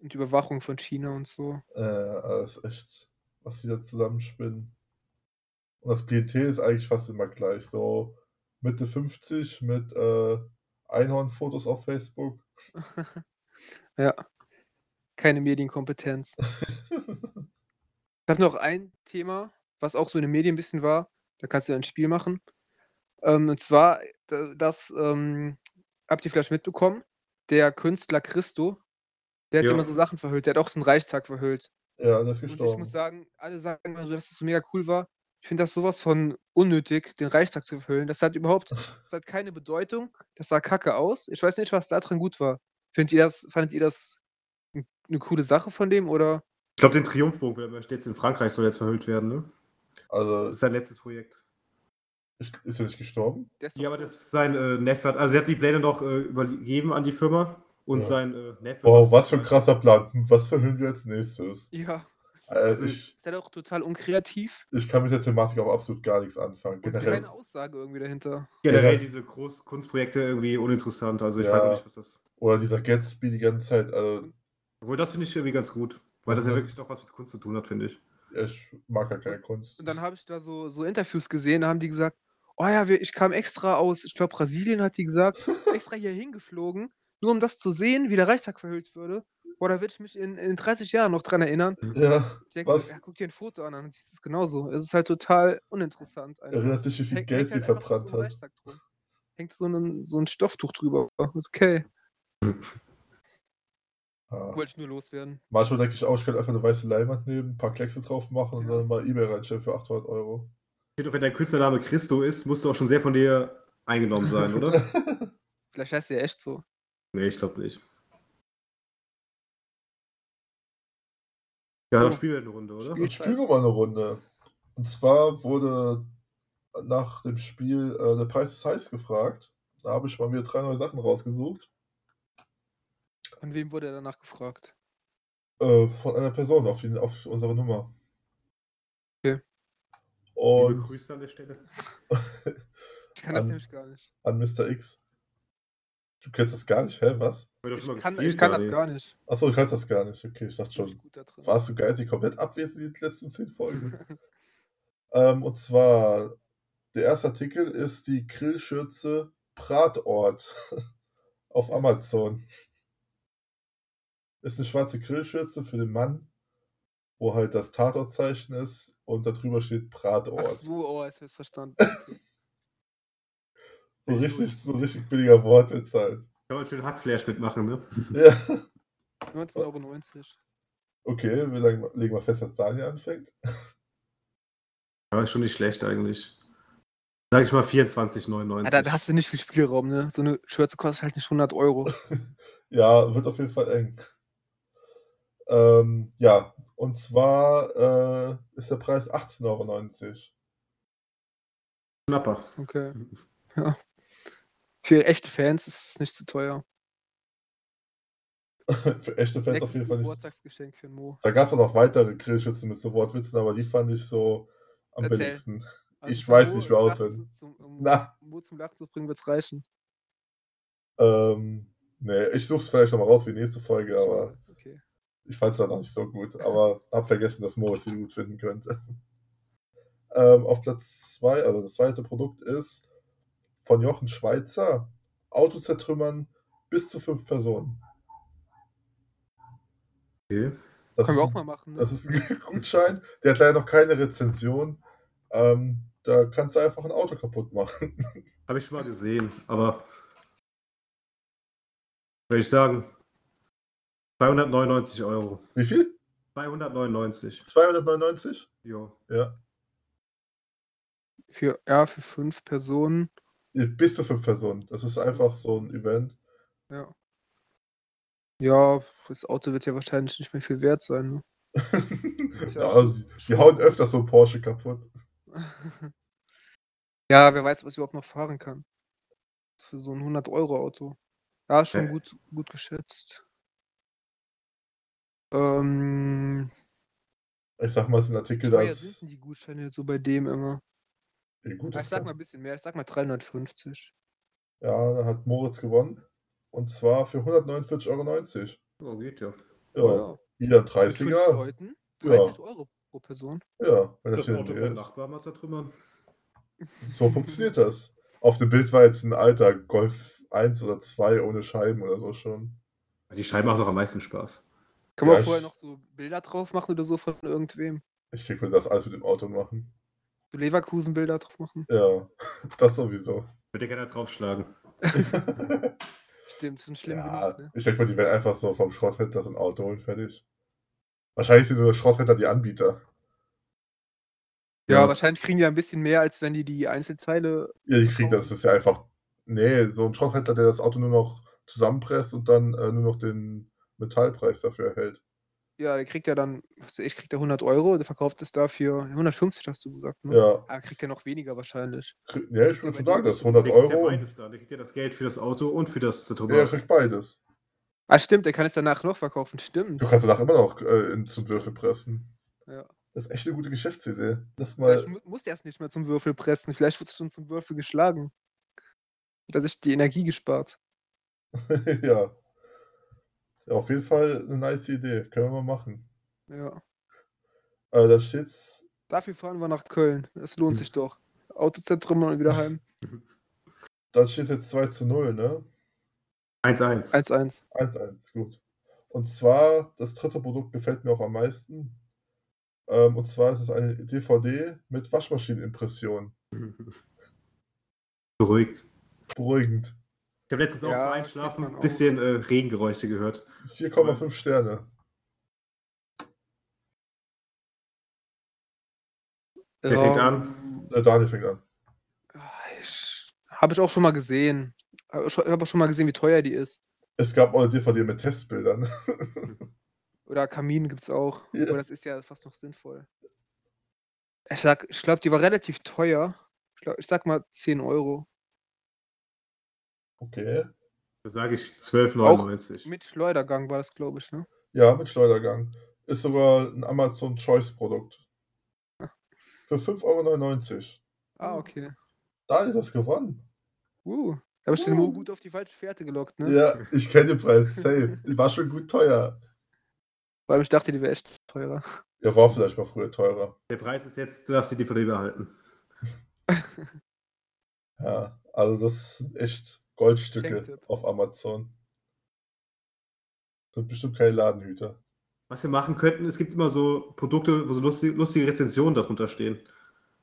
B: Und Überwachung von China und so.
A: äh, das ist echt, was die da zusammenspinnen. Und das Klientel ist eigentlich fast immer gleich. So Mitte 50 mit äh, Einhornfotos auf Facebook.
B: Ja. Keine Medienkompetenz. Ich habe noch ein Thema, was auch so in den Medien ein bisschen war. Da kannst du ja ein Spiel machen. Ähm, und zwar, da- das ähm, habt ihr vielleicht mitbekommen, der Künstler Christo, der hat
C: Ja.
B: immer so Sachen verhüllt. Der hat auch den Reichstag verhüllt.
A: Ja, der ist
B: Und ich muss
A: gestorben.
B: sagen, alle sagen immer so, dass das so mega cool war. Ich Ich finde das sowas von unnötig, den Reichstag zu verhüllen. Das hat überhaupt das hat keine Bedeutung. Das sah kacke aus. Ich weiß nicht, was da dran gut war. Findet ihr das, fandet ihr das eine coole Sache von dem oder?
C: Ich glaube, den Triumphbogen, der jetzt in Frankreich soll jetzt verhüllt werden, ne?
A: Also,
C: Das ist sein letztes Projekt.
A: ist, ist er nicht gestorben?
B: Der ist
C: Ja,
B: doch-
C: aber das ist sein äh, Neffe. hat- Also, er hat die Pläne doch äh, übergeben an die Firma und
A: Ja.
C: sein äh, Neffe.
A: Boah, was für ein krasser Plan. Hm, Was verhüllen wir als nächstes?
B: ja.
A: Also ich,
B: Ist ja doch total unkreativ.
A: ich kann mit der Thematik auch absolut gar nichts anfangen.
B: Und
A: Generell,
B: keine Aussage irgendwie dahinter.
A: Ja. ne.
C: Generell diese Großkunstprojekte irgendwie uninteressant. Also, ich
A: Ja.
C: weiß auch nicht, was das
A: oder dieser Gatsby die ganze Zeit. Also,
C: Obwohl, das finde ich irgendwie ganz gut. Weil das ja
A: Mhm.
C: wirklich noch was mit Kunst zu tun hat, finde ich.
A: ich mag ja keine Kunst.
B: Und dann habe ich da so, so Interviews gesehen, da haben die gesagt, oh ja, wir, ich kam extra aus, ich glaube Brasilien hat die gesagt, extra hier hingeflogen, nur um das zu sehen, wie der Reichstag verhüllt würde. Boah, da werde ich mich in, in 30 Jahren noch dran erinnern.
A: ja,
B: Ich denke,
A: Was?
B: ja, guck dir ein Foto an, dann siehst du es genauso. Es ist halt total uninteressant. einfach.
A: erinnert sich, wie viel
B: Hängt-
A: Geld
B: hängt
A: sie
B: halt einfach so
A: verbrannt
B: ein
A: hat.
B: Reichstag drum. Hängt so ein, so ein Stofftuch drüber. Ist Okay,
A: Ah.
B: wollte ich nur loswerden.
A: Manchmal denke ich auch, ich könnte einfach eine weiße Leinwand nehmen, ein paar Kleckse drauf machen und
B: Ja.
A: dann mal Ebay reinstellen für 800 Euro.
C: Ich finde, Wenn dein Künstlername Christo ist, musst du auch schon sehr von dir eingenommen sein, oder?
B: Vielleicht heißt er ja echt so.
C: nee, ich glaube nicht.
A: Oh.
C: Ja, dann
B: So.
C: spielen wir eine Runde, oder?
B: Spiel-
A: Und spielen wir mal eine Runde. Und zwar wurde nach dem Spiel äh, der Preis ist heiß gefragt. Da habe ich mal mir drei neue Sachen rausgesucht.
B: Von wem wurde er danach gefragt?
A: Äh, von einer Person auf, die, auf unsere Nummer.
B: Okay.
C: Liebe
A: Und
C: Grüße an der Stelle.
B: Ich kann das
A: An-
B: nämlich gar nicht.
A: an Mr. X. Du kennst das gar nicht, hä? Was?
C: Haben wir doch schon mal
B: Ich kann, ich
C: gespielt,
B: kann das
C: Daniel.
B: gar nicht.
A: Achso, du kannst das gar nicht. Okay, ich dachte
B: Bin
A: schon.
B: ich gut da drin.
A: Warst du geistig komplett abwesend in den letzten zehn Folgen? ähm, und zwar, der erste Artikel ist die Grillschürze Bratort auf Amazon. Ist eine schwarze Grillschürze für den Mann, wo halt das Tatortzeichen ist und darüber steht
B: Ach
A: Bratort. So,
B: so, oh, jetzt hab ich's verstanden.
A: richtig, so richtig billiger Wortwitz halt.
C: Kann man schön Hackflash mitmachen, ne?
A: Ja.
B: 19,90 Euro.
A: Okay, wir sagen, legen mal fest, dass Daniel anfängt.
C: Aber ist schon nicht schlecht eigentlich. Sag ich mal 24,99.
B: Ja, da, da hast du nicht viel Spielraum, ne? So eine Schürze kostet halt nicht 100 Euro.
A: Ja, wird auf jeden Fall eng. Ähm, ja, und zwar äh, ist der Preis 18,90 Euro.
C: Schnapper.
B: Okay. Ja. Für echte Fans ist es nicht zu teuer.
A: Für echte Fans auf jeden Fall nicht.
B: Geburtstagsgeschenk für den Mo.
A: Da gab es auch noch weitere Grillschützen mit so Wortwitzen, aber die fand ich so am
B: Erzähl.
A: billigsten. Ich
B: für
A: weiß
B: Also Mo
A: nicht mehr
B: zum Lachen
A: auswendig.
B: zu- Zum, um,
A: Na,
B: Mo zum Lachen zu bringen, wird's reichen.
A: ähm, nee, ich suche es vielleicht nochmal raus für die nächste Folge, aber
B: Okay.
A: ich fand es dann auch nicht so gut. Aber hab vergessen, dass Moritz sie gut finden könnte. Ähm, auf Platz 2, also das zweite Produkt ist von Jochen Schweizer: Auto zertrümmern bis zu fünf Personen.
C: Okay.
A: Das
B: Können wir
A: ist
B: auch mal machen, ne?
A: Das ist ein Gutschein. Der hat leider noch keine Rezension. Ähm, da kannst du einfach ein Auto kaputt machen.
C: Habe ich schon mal gesehen, aber. Würde ich sagen. 299 Euro.
A: Wie viel?
C: 299.
A: 299?
C: Jo.
A: Ja.
B: Für, ja, für fünf Personen.
A: Bis zu fünf Personen. Das ist einfach so ein Event.
B: Ja. Ja, das Auto wird ja wahrscheinlich nicht mehr viel wert sein, ne?
A: ja, also die, die hauen öfter so ein Porsche kaputt.
B: ja, wer weiß, was ich überhaupt noch fahren kann. Für so ein 100-Euro-Auto. Ja, ist schon
C: Äh.
B: gut, gut geschätzt. Ähm,
A: Ich sag mal, es ist ein Artikel,
B: wie teuer sind
A: das.
B: denn die Gutscheine jetzt so bei dem immer?
A: Ja, gut,
B: Ja,
A: das
B: ich sag
A: kann,
B: mal ein bisschen mehr, ich sag mal 350.
A: ja, da hat Moritz gewonnen. Und zwar für 149,90
C: Oh, geht ja.
A: Euro. Ja, wieder ein
B: Mit fünf
A: 30er.
B: Leuten,
A: Ja.
B: 30 Euro pro Person.
A: Ja, wenn das,
C: Das
A: hier
C: Auto vom
A: ein
C: Nachbarn mal zertrümmern.
A: So funktioniert das. Auf dem Bild war jetzt ein alter Golf 1 oder 2 ohne Scheiben oder so schon.
C: Die Scheiben machen doch am meisten Spaß.
B: Kann man
A: Ja,
B: vorher
A: ich-
B: noch so Bilder drauf machen oder so von irgendwem?
A: Ich denke, wir das alles mit dem Auto machen.
B: So Leverkusen-Bilder drauf machen?
A: Ja, das sowieso.
C: Wird dir keiner draufschlagen.
B: Stimmt, schon schlimm
A: ja,
B: genug, ne?
A: ich denke mal, die werden einfach so vom Schrotthändler so ein Auto holen, fertig. Wahrscheinlich sind so Schrotthändler die Anbieter.
B: Ja, wahrscheinlich kriegen die ein bisschen mehr, als wenn die die Einzelteile.
A: Ja, die kriegen das. Das ist ja einfach. Nee, so ein Schrotthändler, der das Auto nur noch zusammenpresst und dann äh, nur noch den Metallpreis dafür erhält.
B: Ja, der kriegt ja dann, was weiß ich kriegt ja 100 Euro, der verkauft es dafür 150, hast du gesagt.
C: Mhm.
B: Ne?
A: Ja.
B: Aber kriegt ja noch weniger wahrscheinlich.
A: Krie- Nee, ich würde schon sagen, das ist 100
C: Der kriegt ja
A: Euro. Ja,
C: beides da. Der kriegt ja das Geld für das Auto und für das
A: er
C: Zertrümmern.
A: kriegt beides.
B: Ah, stimmt, der kann es danach noch verkaufen, stimmt.
A: Du kannst danach immer noch äh, in, zum Würfel pressen.
B: Ja.
A: Das ist echt eine gute Geschäftsidee. Lass
B: Vielleicht
A: mal.
B: mu- muss er es nicht mehr zum Würfel pressen, vielleicht wird es schon zum Würfel geschlagen. Hat er sich die Energie gespart.
A: ja. ja. Auf jeden Fall eine nice Idee. Können wir mal machen.
B: Ja.
A: Äh, da steht's.
B: Dafür fahren wir nach Köln. Es lohnt
C: Hm.
B: sich doch. Auto zertrümmern und wieder heim.
A: Da steht jetzt 2 zu 0, ne?
C: 1-1.
B: 1-1.
A: 1-1, gut. Und zwar, das dritte Produkt gefällt mir auch am meisten. Ähm, und zwar ist es eine DVD mit Waschmaschinenimpression.
C: Beruhigt.
A: Beruhigend.
C: Ich habe letztens auch
B: Ja,
C: zum
B: kennt man
C: Einschlafen
B: auch.
C: ein bisschen äh, Regengeräusche gehört.
A: 4,5 Sterne.
C: Wer fängt an?
A: Äh, Daniel fängt an.
B: Habe Ah, ich auch schon mal gesehen. Habe ich hab auch schon mal gesehen, wie teuer die ist.
A: Es gab auch eine DVD mit Testbildern.
B: Oder Kamin gibt es auch.
A: Ja.
B: Aber das ist ja fast noch sinnvoll. Ich, sag- ich glaube, die war relativ teuer. Ich, glaub, ich sag mal 10 Euro.
A: Okay.
C: Da sage ich 12,99.
B: Mit Schleudergang war das, glaube ich, ne?
A: Ja, mit Schleudergang. Ist sogar ein Amazon Choice Produkt. Für 5,99 Euro.
B: Ah, okay.
A: Daniel, du hast gewonnen.
B: Uh, da habe ich den Mo gut auf die falsche Fährte gelockt, ne?
A: Ja, ich kenne den Preis. Safe. War schon gut teuer.
B: Weil ich dachte, die wäre echt teurer.
A: Ja, war vielleicht mal früher teurer.
C: Der Preis ist jetzt, du darfst die DVD behalten.
A: Ja, also das sind echt Goldstücke
B: Schenktipp.
A: auf Amazon. Sind bestimmt keine Ladenhüter.
C: Was wir machen könnten, es gibt immer so Produkte, wo so lustige, lustige Rezensionen darunter stehen.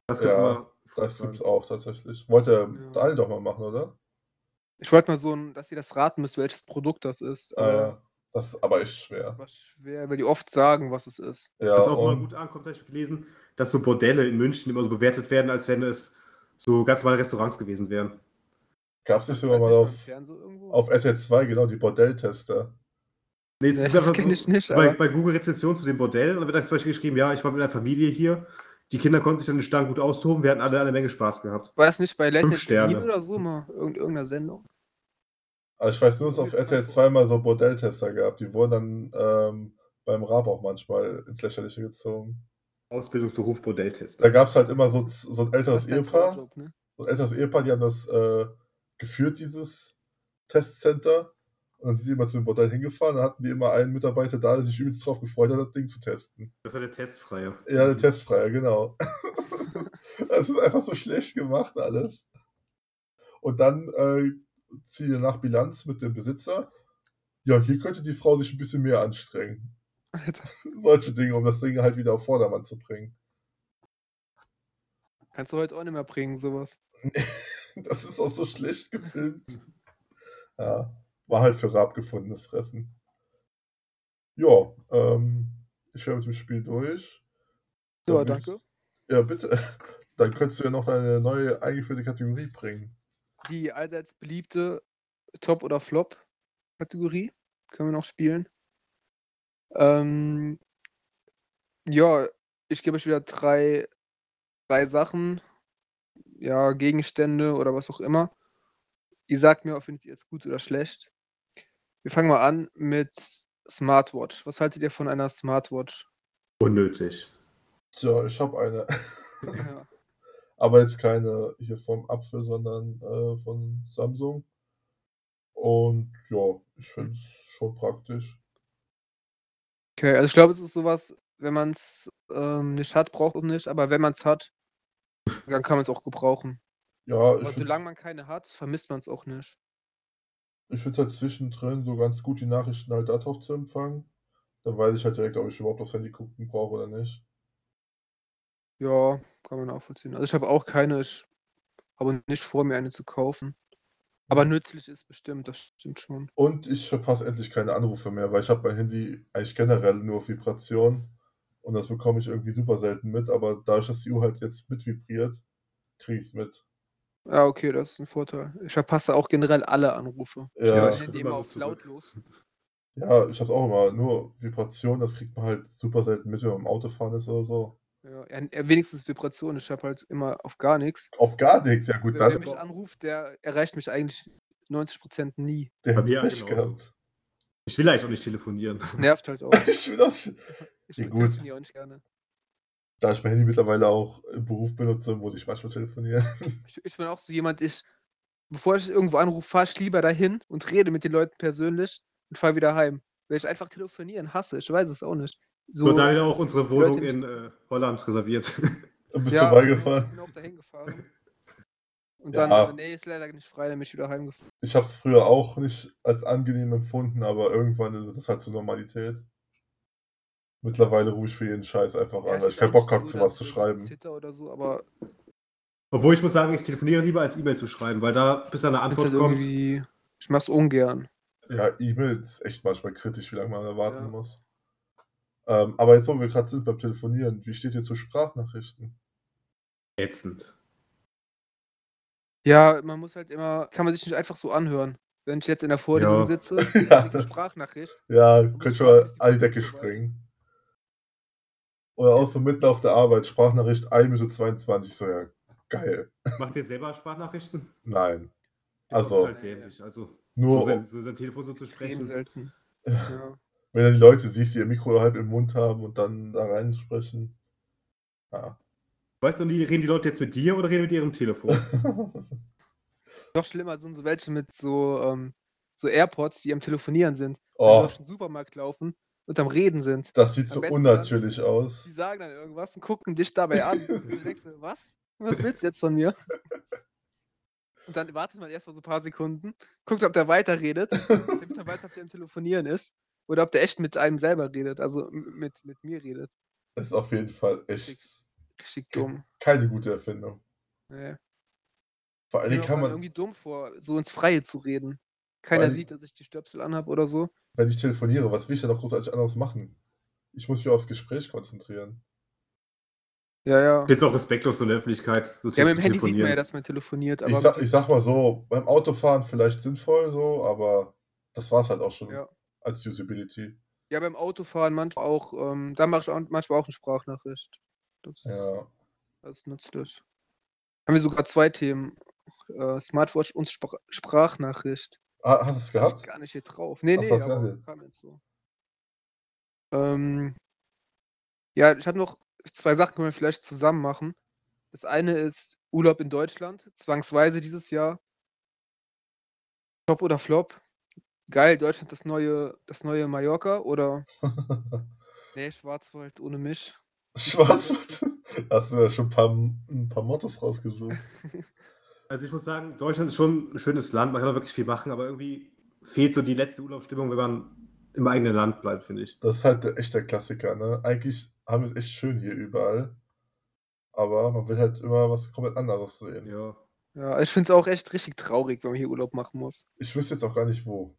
C: Das könnte
A: Ja,
C: man
A: Das
C: vorschlagen.
A: gibt's auch tatsächlich. Wollte der
B: Ja.
A: Daniel doch mal machen, oder?
B: Ich wollte mal so, ein, dass ihr das raten müsst, welches Produkt das ist.
A: Ah, ja. Das ist aber echt schwer.
B: Was schwer, weil die oft sagen, was es ist.
A: Ja,
C: Was auch mal
A: und-
C: gut ankommt, habe ich gelesen, dass so Bordelle in München immer so bewertet werden, als wenn es so ganz normale Restaurants gewesen wären.
A: Gab's nicht sogar
B: Weiß
A: mal
B: nicht, beim
A: auf,
B: Fernsehen irgendwo?
A: auf RTL 2, genau, die Bordelltester.
C: Nee, es
B: Nee,
C: ist einfach so,
B: kenn ich nicht,
C: bei,
B: aber-
C: bei Google Rezension zu dem Bordell, und da wird dann zum Beispiel geschrieben, ja, ich war mit einer Familie hier, die Kinder konnten sich an den Stangen gut austoben, wir hatten alle eine Menge Spaß gehabt.
B: War das nicht bei Late
C: Fünf
B: Night Berlin
C: Sterne.
B: oder so mal? Irgend, irgendeiner Sendung?
A: Aber Also ich weiß nur, dass es auf
B: Mit
A: RTL 2 mal so Bordelltester gab. Die wurden dann ähm, beim Rab auch manchmal ins Lächerliche gezogen.
C: Ausbildungsberuf Bordelltester.
A: Da gab's halt immer so, so ein älteres
B: ist dein
A: Ehepaar.
B: Traumjob, ne?
A: so ein älteres Ehepaar, die haben das äh, geführt, dieses Testcenter. Und dann sind die immer zu dem Bordell hingefahren. Dann hatten die immer einen Mitarbeiter da, der sich übelst drauf gefreut hat, das Ding zu testen.
C: Das war der Testfreie.
A: Ja, der Testfreier, genau. das ist einfach so schlecht gemacht alles. Und dann äh, ziehen die nach Bilanz mit dem Besitzer. Ja, hier könnte die Frau sich ein bisschen mehr anstrengen.
B: Alter,
A: Solche Dinge, um das Ding halt wieder auf Vordermann zu bringen.
B: Kannst du heute auch nicht mehr bringen, sowas.
A: Das ist auch so schlecht gefilmt. Ja, war halt für Raab gefundenes Fressen. Ja, ähm, ich höre mit dem Spiel durch.
B: Ja,
A: Dann würd
B: danke.
A: Ich, ja, bitte. Dann könntest du ja noch eine neue eingeführte Kategorie bringen.
B: Die allseits beliebte Top- oder Flop-Kategorie können wir noch spielen. Ähm, ja, ich gebe euch wieder drei, drei Sachen. Ja, Gegenstände oder was auch immer. Ihr sagt mir, findet ihr es gut oder schlecht. Wir fangen mal an mit Smartwatch. Was haltet ihr von einer Smartwatch?
C: Unnötig.
A: Tja, ich habe eine.
B: Ja.
A: Aber jetzt keine hier vom Apfel, sondern äh, von Samsung. Und ja, ich finde es schon praktisch.
B: Okay, also ich glaube, es ist sowas, wenn man es ähm, nicht hat, braucht man nicht, aber wenn man es hat, dann kann man es auch gebrauchen.
A: Ja, ich
B: Aber
A: find's-
B: solange man keine hat, vermisst man es auch nicht.
A: ich finde es halt zwischendrin so ganz gut, die Nachrichten halt darauf zu empfangen. Dann weiß ich halt direkt, ob ich überhaupt aufs Handy gucken brauche oder nicht.
B: Ja, kann man nachvollziehen. Also ich habe auch keine, ich habe nicht vor, mir eine zu kaufen.
A: Mhm.
B: Aber nützlich ist bestimmt, das stimmt schon.
A: Und ich verpasse endlich keine Anrufe mehr, weil ich habe mein Handy eigentlich generell nur auf Vibration. Und das bekomme ich irgendwie super selten mit, aber dadurch, dass die Uhr halt jetzt mit vibriert, kriege ich es mit.
B: Ja, okay, das ist ein Vorteil. Ich verpasse auch generell alle Anrufe.
A: Ja.
B: ich nehme immer auf lautlos.
A: Ja, ich hab's auch immer. Nur Vibration, das kriegt man halt super selten mit, wenn man im Auto fahren ist oder so.
B: Ja, ja, wenigstens Vibration. Ich habe halt immer auf gar nichts.
A: Auf gar nichts, ja gut,
B: Wer,
A: dann
B: wer mich anruft, der erreicht mich eigentlich 90% nie.
A: der hat
C: Bei mir
A: Pech
C: genauso.
A: gehabt.
C: Ich will eigentlich auch nicht telefonieren.
B: Das nervt halt auch.
A: Ich will das,
B: Ich
A: Ja, gut.
B: telefoniere auch nicht gerne.
A: da ich mein Handy mittlerweile auch im Beruf benutze, muss ich manchmal telefonieren.
B: Ich, ich bin auch so jemand, ich, bevor ich irgendwo anrufe, fahre ich lieber dahin und rede mit den Leuten persönlich und fahre wieder heim. Weil ich einfach telefonieren hasse, ich weiß es auch nicht. So,
C: So, Daniel auch unsere Wohnung
B: Leute,
C: in äh, Holland reserviert.
A: Dann bist
B: ja,
A: du beigefahren.
B: Ich bin auch dahin gefahren. Und
A: Ja.
B: dann, also, nee, ist leider nicht frei, dann bin ich wieder heimgefahren.
A: Ich hab's früher auch nicht als angenehm empfunden, aber irgendwann wird das halt zur Normalität. Mittlerweile rufe ich für jeden Scheiß einfach an, weil ich keinen Bock habe, zu was zu schreiben.
B: Twitter oder so, aber
C: Obwohl ich muss sagen, ich telefoniere lieber als E-Mail zu schreiben, weil da, bis da eine
B: ich
C: Antwort
B: halt
C: kommt,
B: irgendwie, ich mach's ungern.
A: Ja, E-Mail ist echt manchmal kritisch, wie lange man da warten
B: Ja.
A: muss. Ähm, aber jetzt, wo wir gerade sind beim Telefonieren, wie steht ihr zu Sprachnachrichten?
C: ätzend.
B: Ja, man muss halt immer, kann man sich nicht einfach so anhören. Wenn ich jetzt in der Vorlesung
C: Ja.
B: sitze,
A: Ja,
B: ja, eine
A: das-
B: Sprachnachricht.
A: Ja, könnt schon
B: Sprachnachrichten
A: mal an die
B: sind
A: Decke
B: so weit.
A: springen. Oder auch so mitten auf der Arbeit, Sprachnachricht 1 Minute 22, so ja, geil.
C: Macht ihr selber Sprachnachrichten?
A: Nein,
C: Das
A: Also-
C: ist halt dämlich. Also, so
A: nur
B: um-
C: sein, so sein Telefon so zu
B: Extrem
C: sprechen.
B: selten. Ja.
A: wenn dann die Leute siehst, die ihr Mikro halb im Mund haben und dann da reinsprechen. Ja.
C: Weißt du, reden die Leute jetzt mit dir oder reden mit ihrem Telefon?
B: Noch schlimmer sind so welche mit so, ähm, so AirPods, die am Telefonieren sind, wenn die
A: oh,
B: durch den Supermarkt laufen und am Reden sind.
A: das sieht
B: Am
A: so
B: besten
A: unnatürlich aus.
B: Die sagen dann irgendwas und gucken dich dabei an. Und du denkst, dir, was? Was willst du jetzt von mir? Und dann wartet man erstmal so ein paar Sekunden, guckt, ob der weiterredet, damit man weiß, ob der am Telefonieren ist. Oder ob der echt mit einem selber redet, also m- mit, mit mir redet.
A: Das ist auf jeden Fall echt
B: Richtig dumm.
A: keine gute Erfindung.
B: Nee.
A: Vor allen
B: Mir
A: Dingen
B: kommt
A: kann
B: man
A: man,
B: irgendwie dumm vor, so ins Freie zu reden. Keiner
A: allem-
B: sieht, dass ich die Stöpsel anhab oder so.
A: wenn ich telefoniere, was will ich denn noch großartig anderes machen? Ich muss mich aufs Gespräch konzentrieren.
B: Ja, ja.
C: Jetzt auch respektlos so in der Öffentlichkeit, so
B: Ja,
C: zu
B: mit dem Handy sieht man ja,
C: telefonieren.
B: dass man telefoniert, aber
A: ich, sag, ich sag mal so, beim Autofahren vielleicht sinnvoll so, aber das war's halt auch schon
B: Ja.
A: als Usability.
B: ja, beim Autofahren manchmal auch, ähm, da mache ich auch, manchmal auch eine Sprachnachricht. Das,
A: Ja.
B: das ist nützlich. Haben wir sogar zwei Themen. Äh, Smartwatch und Spr Sprachnachricht.
A: Ah, hast du es
B: Hab
A: gehabt?
B: ich Gar nicht hier drauf. Nee,
A: Ach,
B: nee,
A: hast du
B: aber
A: gesehen.
B: kam jetzt so. Ähm, ja, ich habe noch zwei Sachen, können wir vielleicht zusammen machen. Das eine ist Urlaub in Deutschland, zwangsweise dieses Jahr. Top oder Flop? Geil, Deutschland das neue, das neue Mallorca oder nee, Schwarzwald ohne mich.
A: Schwarz. Hast du ja schon ein paar, ein paar Mottos rausgesucht.
C: Also ich muss sagen, Deutschland ist schon ein schönes Land, man kann da wirklich viel machen, aber irgendwie fehlt so die letzte Urlaubsstimmung, wenn man im eigenen Land bleibt, finde ich.
A: Das ist halt der- echt der Klassiker, ne? Eigentlich haben wir es echt schön hier überall. Aber man will halt immer was komplett anderes sehen.
C: Ja.
B: Ja, ich finde es auch echt richtig traurig, wenn man hier Urlaub machen muss.
A: Ich wüsste jetzt auch gar nicht wo.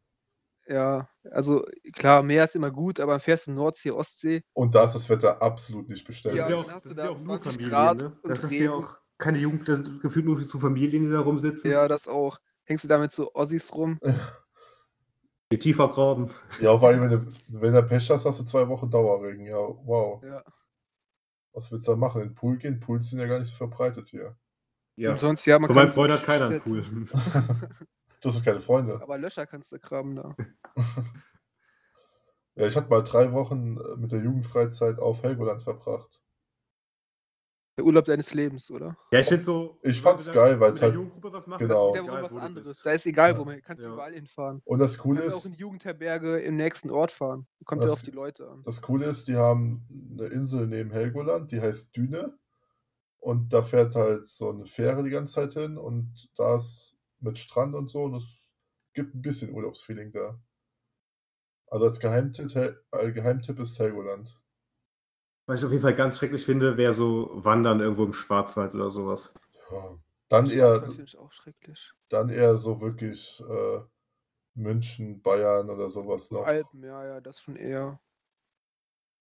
B: Ja, also klar, Meer ist immer gut, aber fährst du Nordsee, Ostsee,
A: Und da ist das Wetter absolut nicht
C: Das
A: bestellt.
B: Ja,
C: sind ja auch,
B: dann hast
C: das
B: du
C: sind
B: da
C: ja auch nur
B: 20
C: Familien,
B: Grad
C: ne?
B: und
C: Das ist ja
B: Regen.
C: auch keine Jugend, das sind gefühlt nur so Familien, die da
A: Hm.
C: rumsitzen.
B: ja, das auch. Hängst du damit so Ossis rum?
C: Die tiefer graben.
A: Ja, vor allem, wenn du, wenn du Pech hast, hast du zwei Wochen Dauerregen. Ja, wow.
B: Ja.
A: Was willst du da machen? In den Pool gehen? Pools sind ja gar nicht so verbreitet hier.
C: Ja.
B: Und sonst, ja, man
C: Von meinem
B: kann
C: Freund
B: so
C: hat keiner einen
B: Städte-
C: Pool.
A: Das sind keine Freunde.
B: Aber Löcher kannst du graben da.
A: Ja, ich hatte mal drei Wochen äh, mit der Jugendfreizeit auf Helgoland verbracht.
B: Der Urlaub deines Lebens, oder?
C: Ja, ich finde so.
A: Ich
C: wenn
A: fand's
C: du da
A: geil, weil
C: mit
A: es
C: der
A: halt-
C: Jugendgruppe was machen,
A: genau.
C: das
B: Da
C: ist
B: wo
C: egal,
B: was
C: wo du
B: anderes.
C: bist.
B: Da ist egal,
A: Ja.
B: wo man kannst du
C: Ja.
B: überall hinfahren.
A: Und das Coole
B: Kannst auch
A: ist,
B: in Jugendherberge im nächsten Ort fahren. Kommt ja
A: Das-
B: auf die Leute an.
A: das Coole ist, die haben eine Insel neben Helgoland, die heißt Düne. Und da fährt halt so eine Fähre die ganze Zeit hin und da ist mit Strand und so und es gibt ein bisschen Urlaubsfeeling da. Also als Geheimtipp, Hel- äh, Geheimtipp ist Helgoland.
C: Was ich auf jeden Fall ganz schrecklich finde, wäre so Wandern irgendwo im Schwarzwald oder sowas.
A: Ja. Dann
B: Das
A: eher,
B: finde ich auch schrecklich.
A: dann eher so wirklich äh, München, Bayern oder sowas noch.
B: Alpen, ja, ja, das schon eher.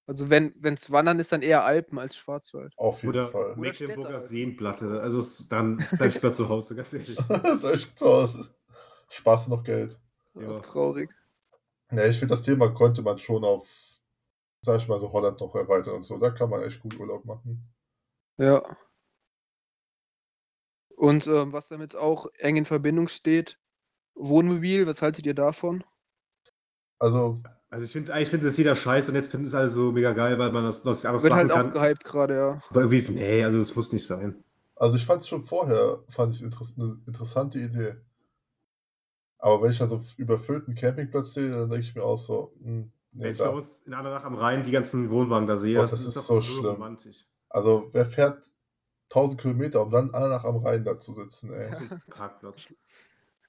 B: Also wenn es wandern ist, dann eher Alpen als Schwarzwald.
A: Auf jeden
C: Oder
A: Fall.
C: Mecklenburger
B: Städte.
C: Seenplatte. Also es- dann bleib ich mal zu Hause, ganz ehrlich.
A: da ist zu Hause. Spaß noch Geld.
C: Ja.
B: Traurig.
A: Ne, ich finde, das Thema konnte man schon auf, sag ich mal, so Holland noch erweitern und so. Da kann man echt gut Urlaub machen.
B: Ja. Und ähm, was damit auch eng in Verbindung steht, Wohnmobil, was haltet ihr davon?
A: Also,
C: Also ich finde, eigentlich findet es jeder scheiße und jetzt finden es alle so mega geil, weil man das noch was anderes
B: Wird
C: machen
B: halt auch
C: kann.
B: gehypt gerade, ja.
C: Aber irgendwie, nee, also das muss nicht sein.
A: also ich fand es schon vorher, fand ich interess eine interessante Idee. Aber wenn ich dann so auf überfüllten Campingplatz sehe, dann denke ich mir auch so, hm, nee,
C: Wenn ich bei
A: da.
C: uns in Andernach am Rhein die ganzen Wohnwagen da sehe,
A: Gott,
C: das,
A: das
C: ist,
A: ist
C: doch
A: so
C: nur
A: schlimm.
C: romantisch.
A: Also, wer fährt 1000 Kilometer, um dann alle nach am Rhein da zu sitzen, ey.
C: So ein Parkplatz.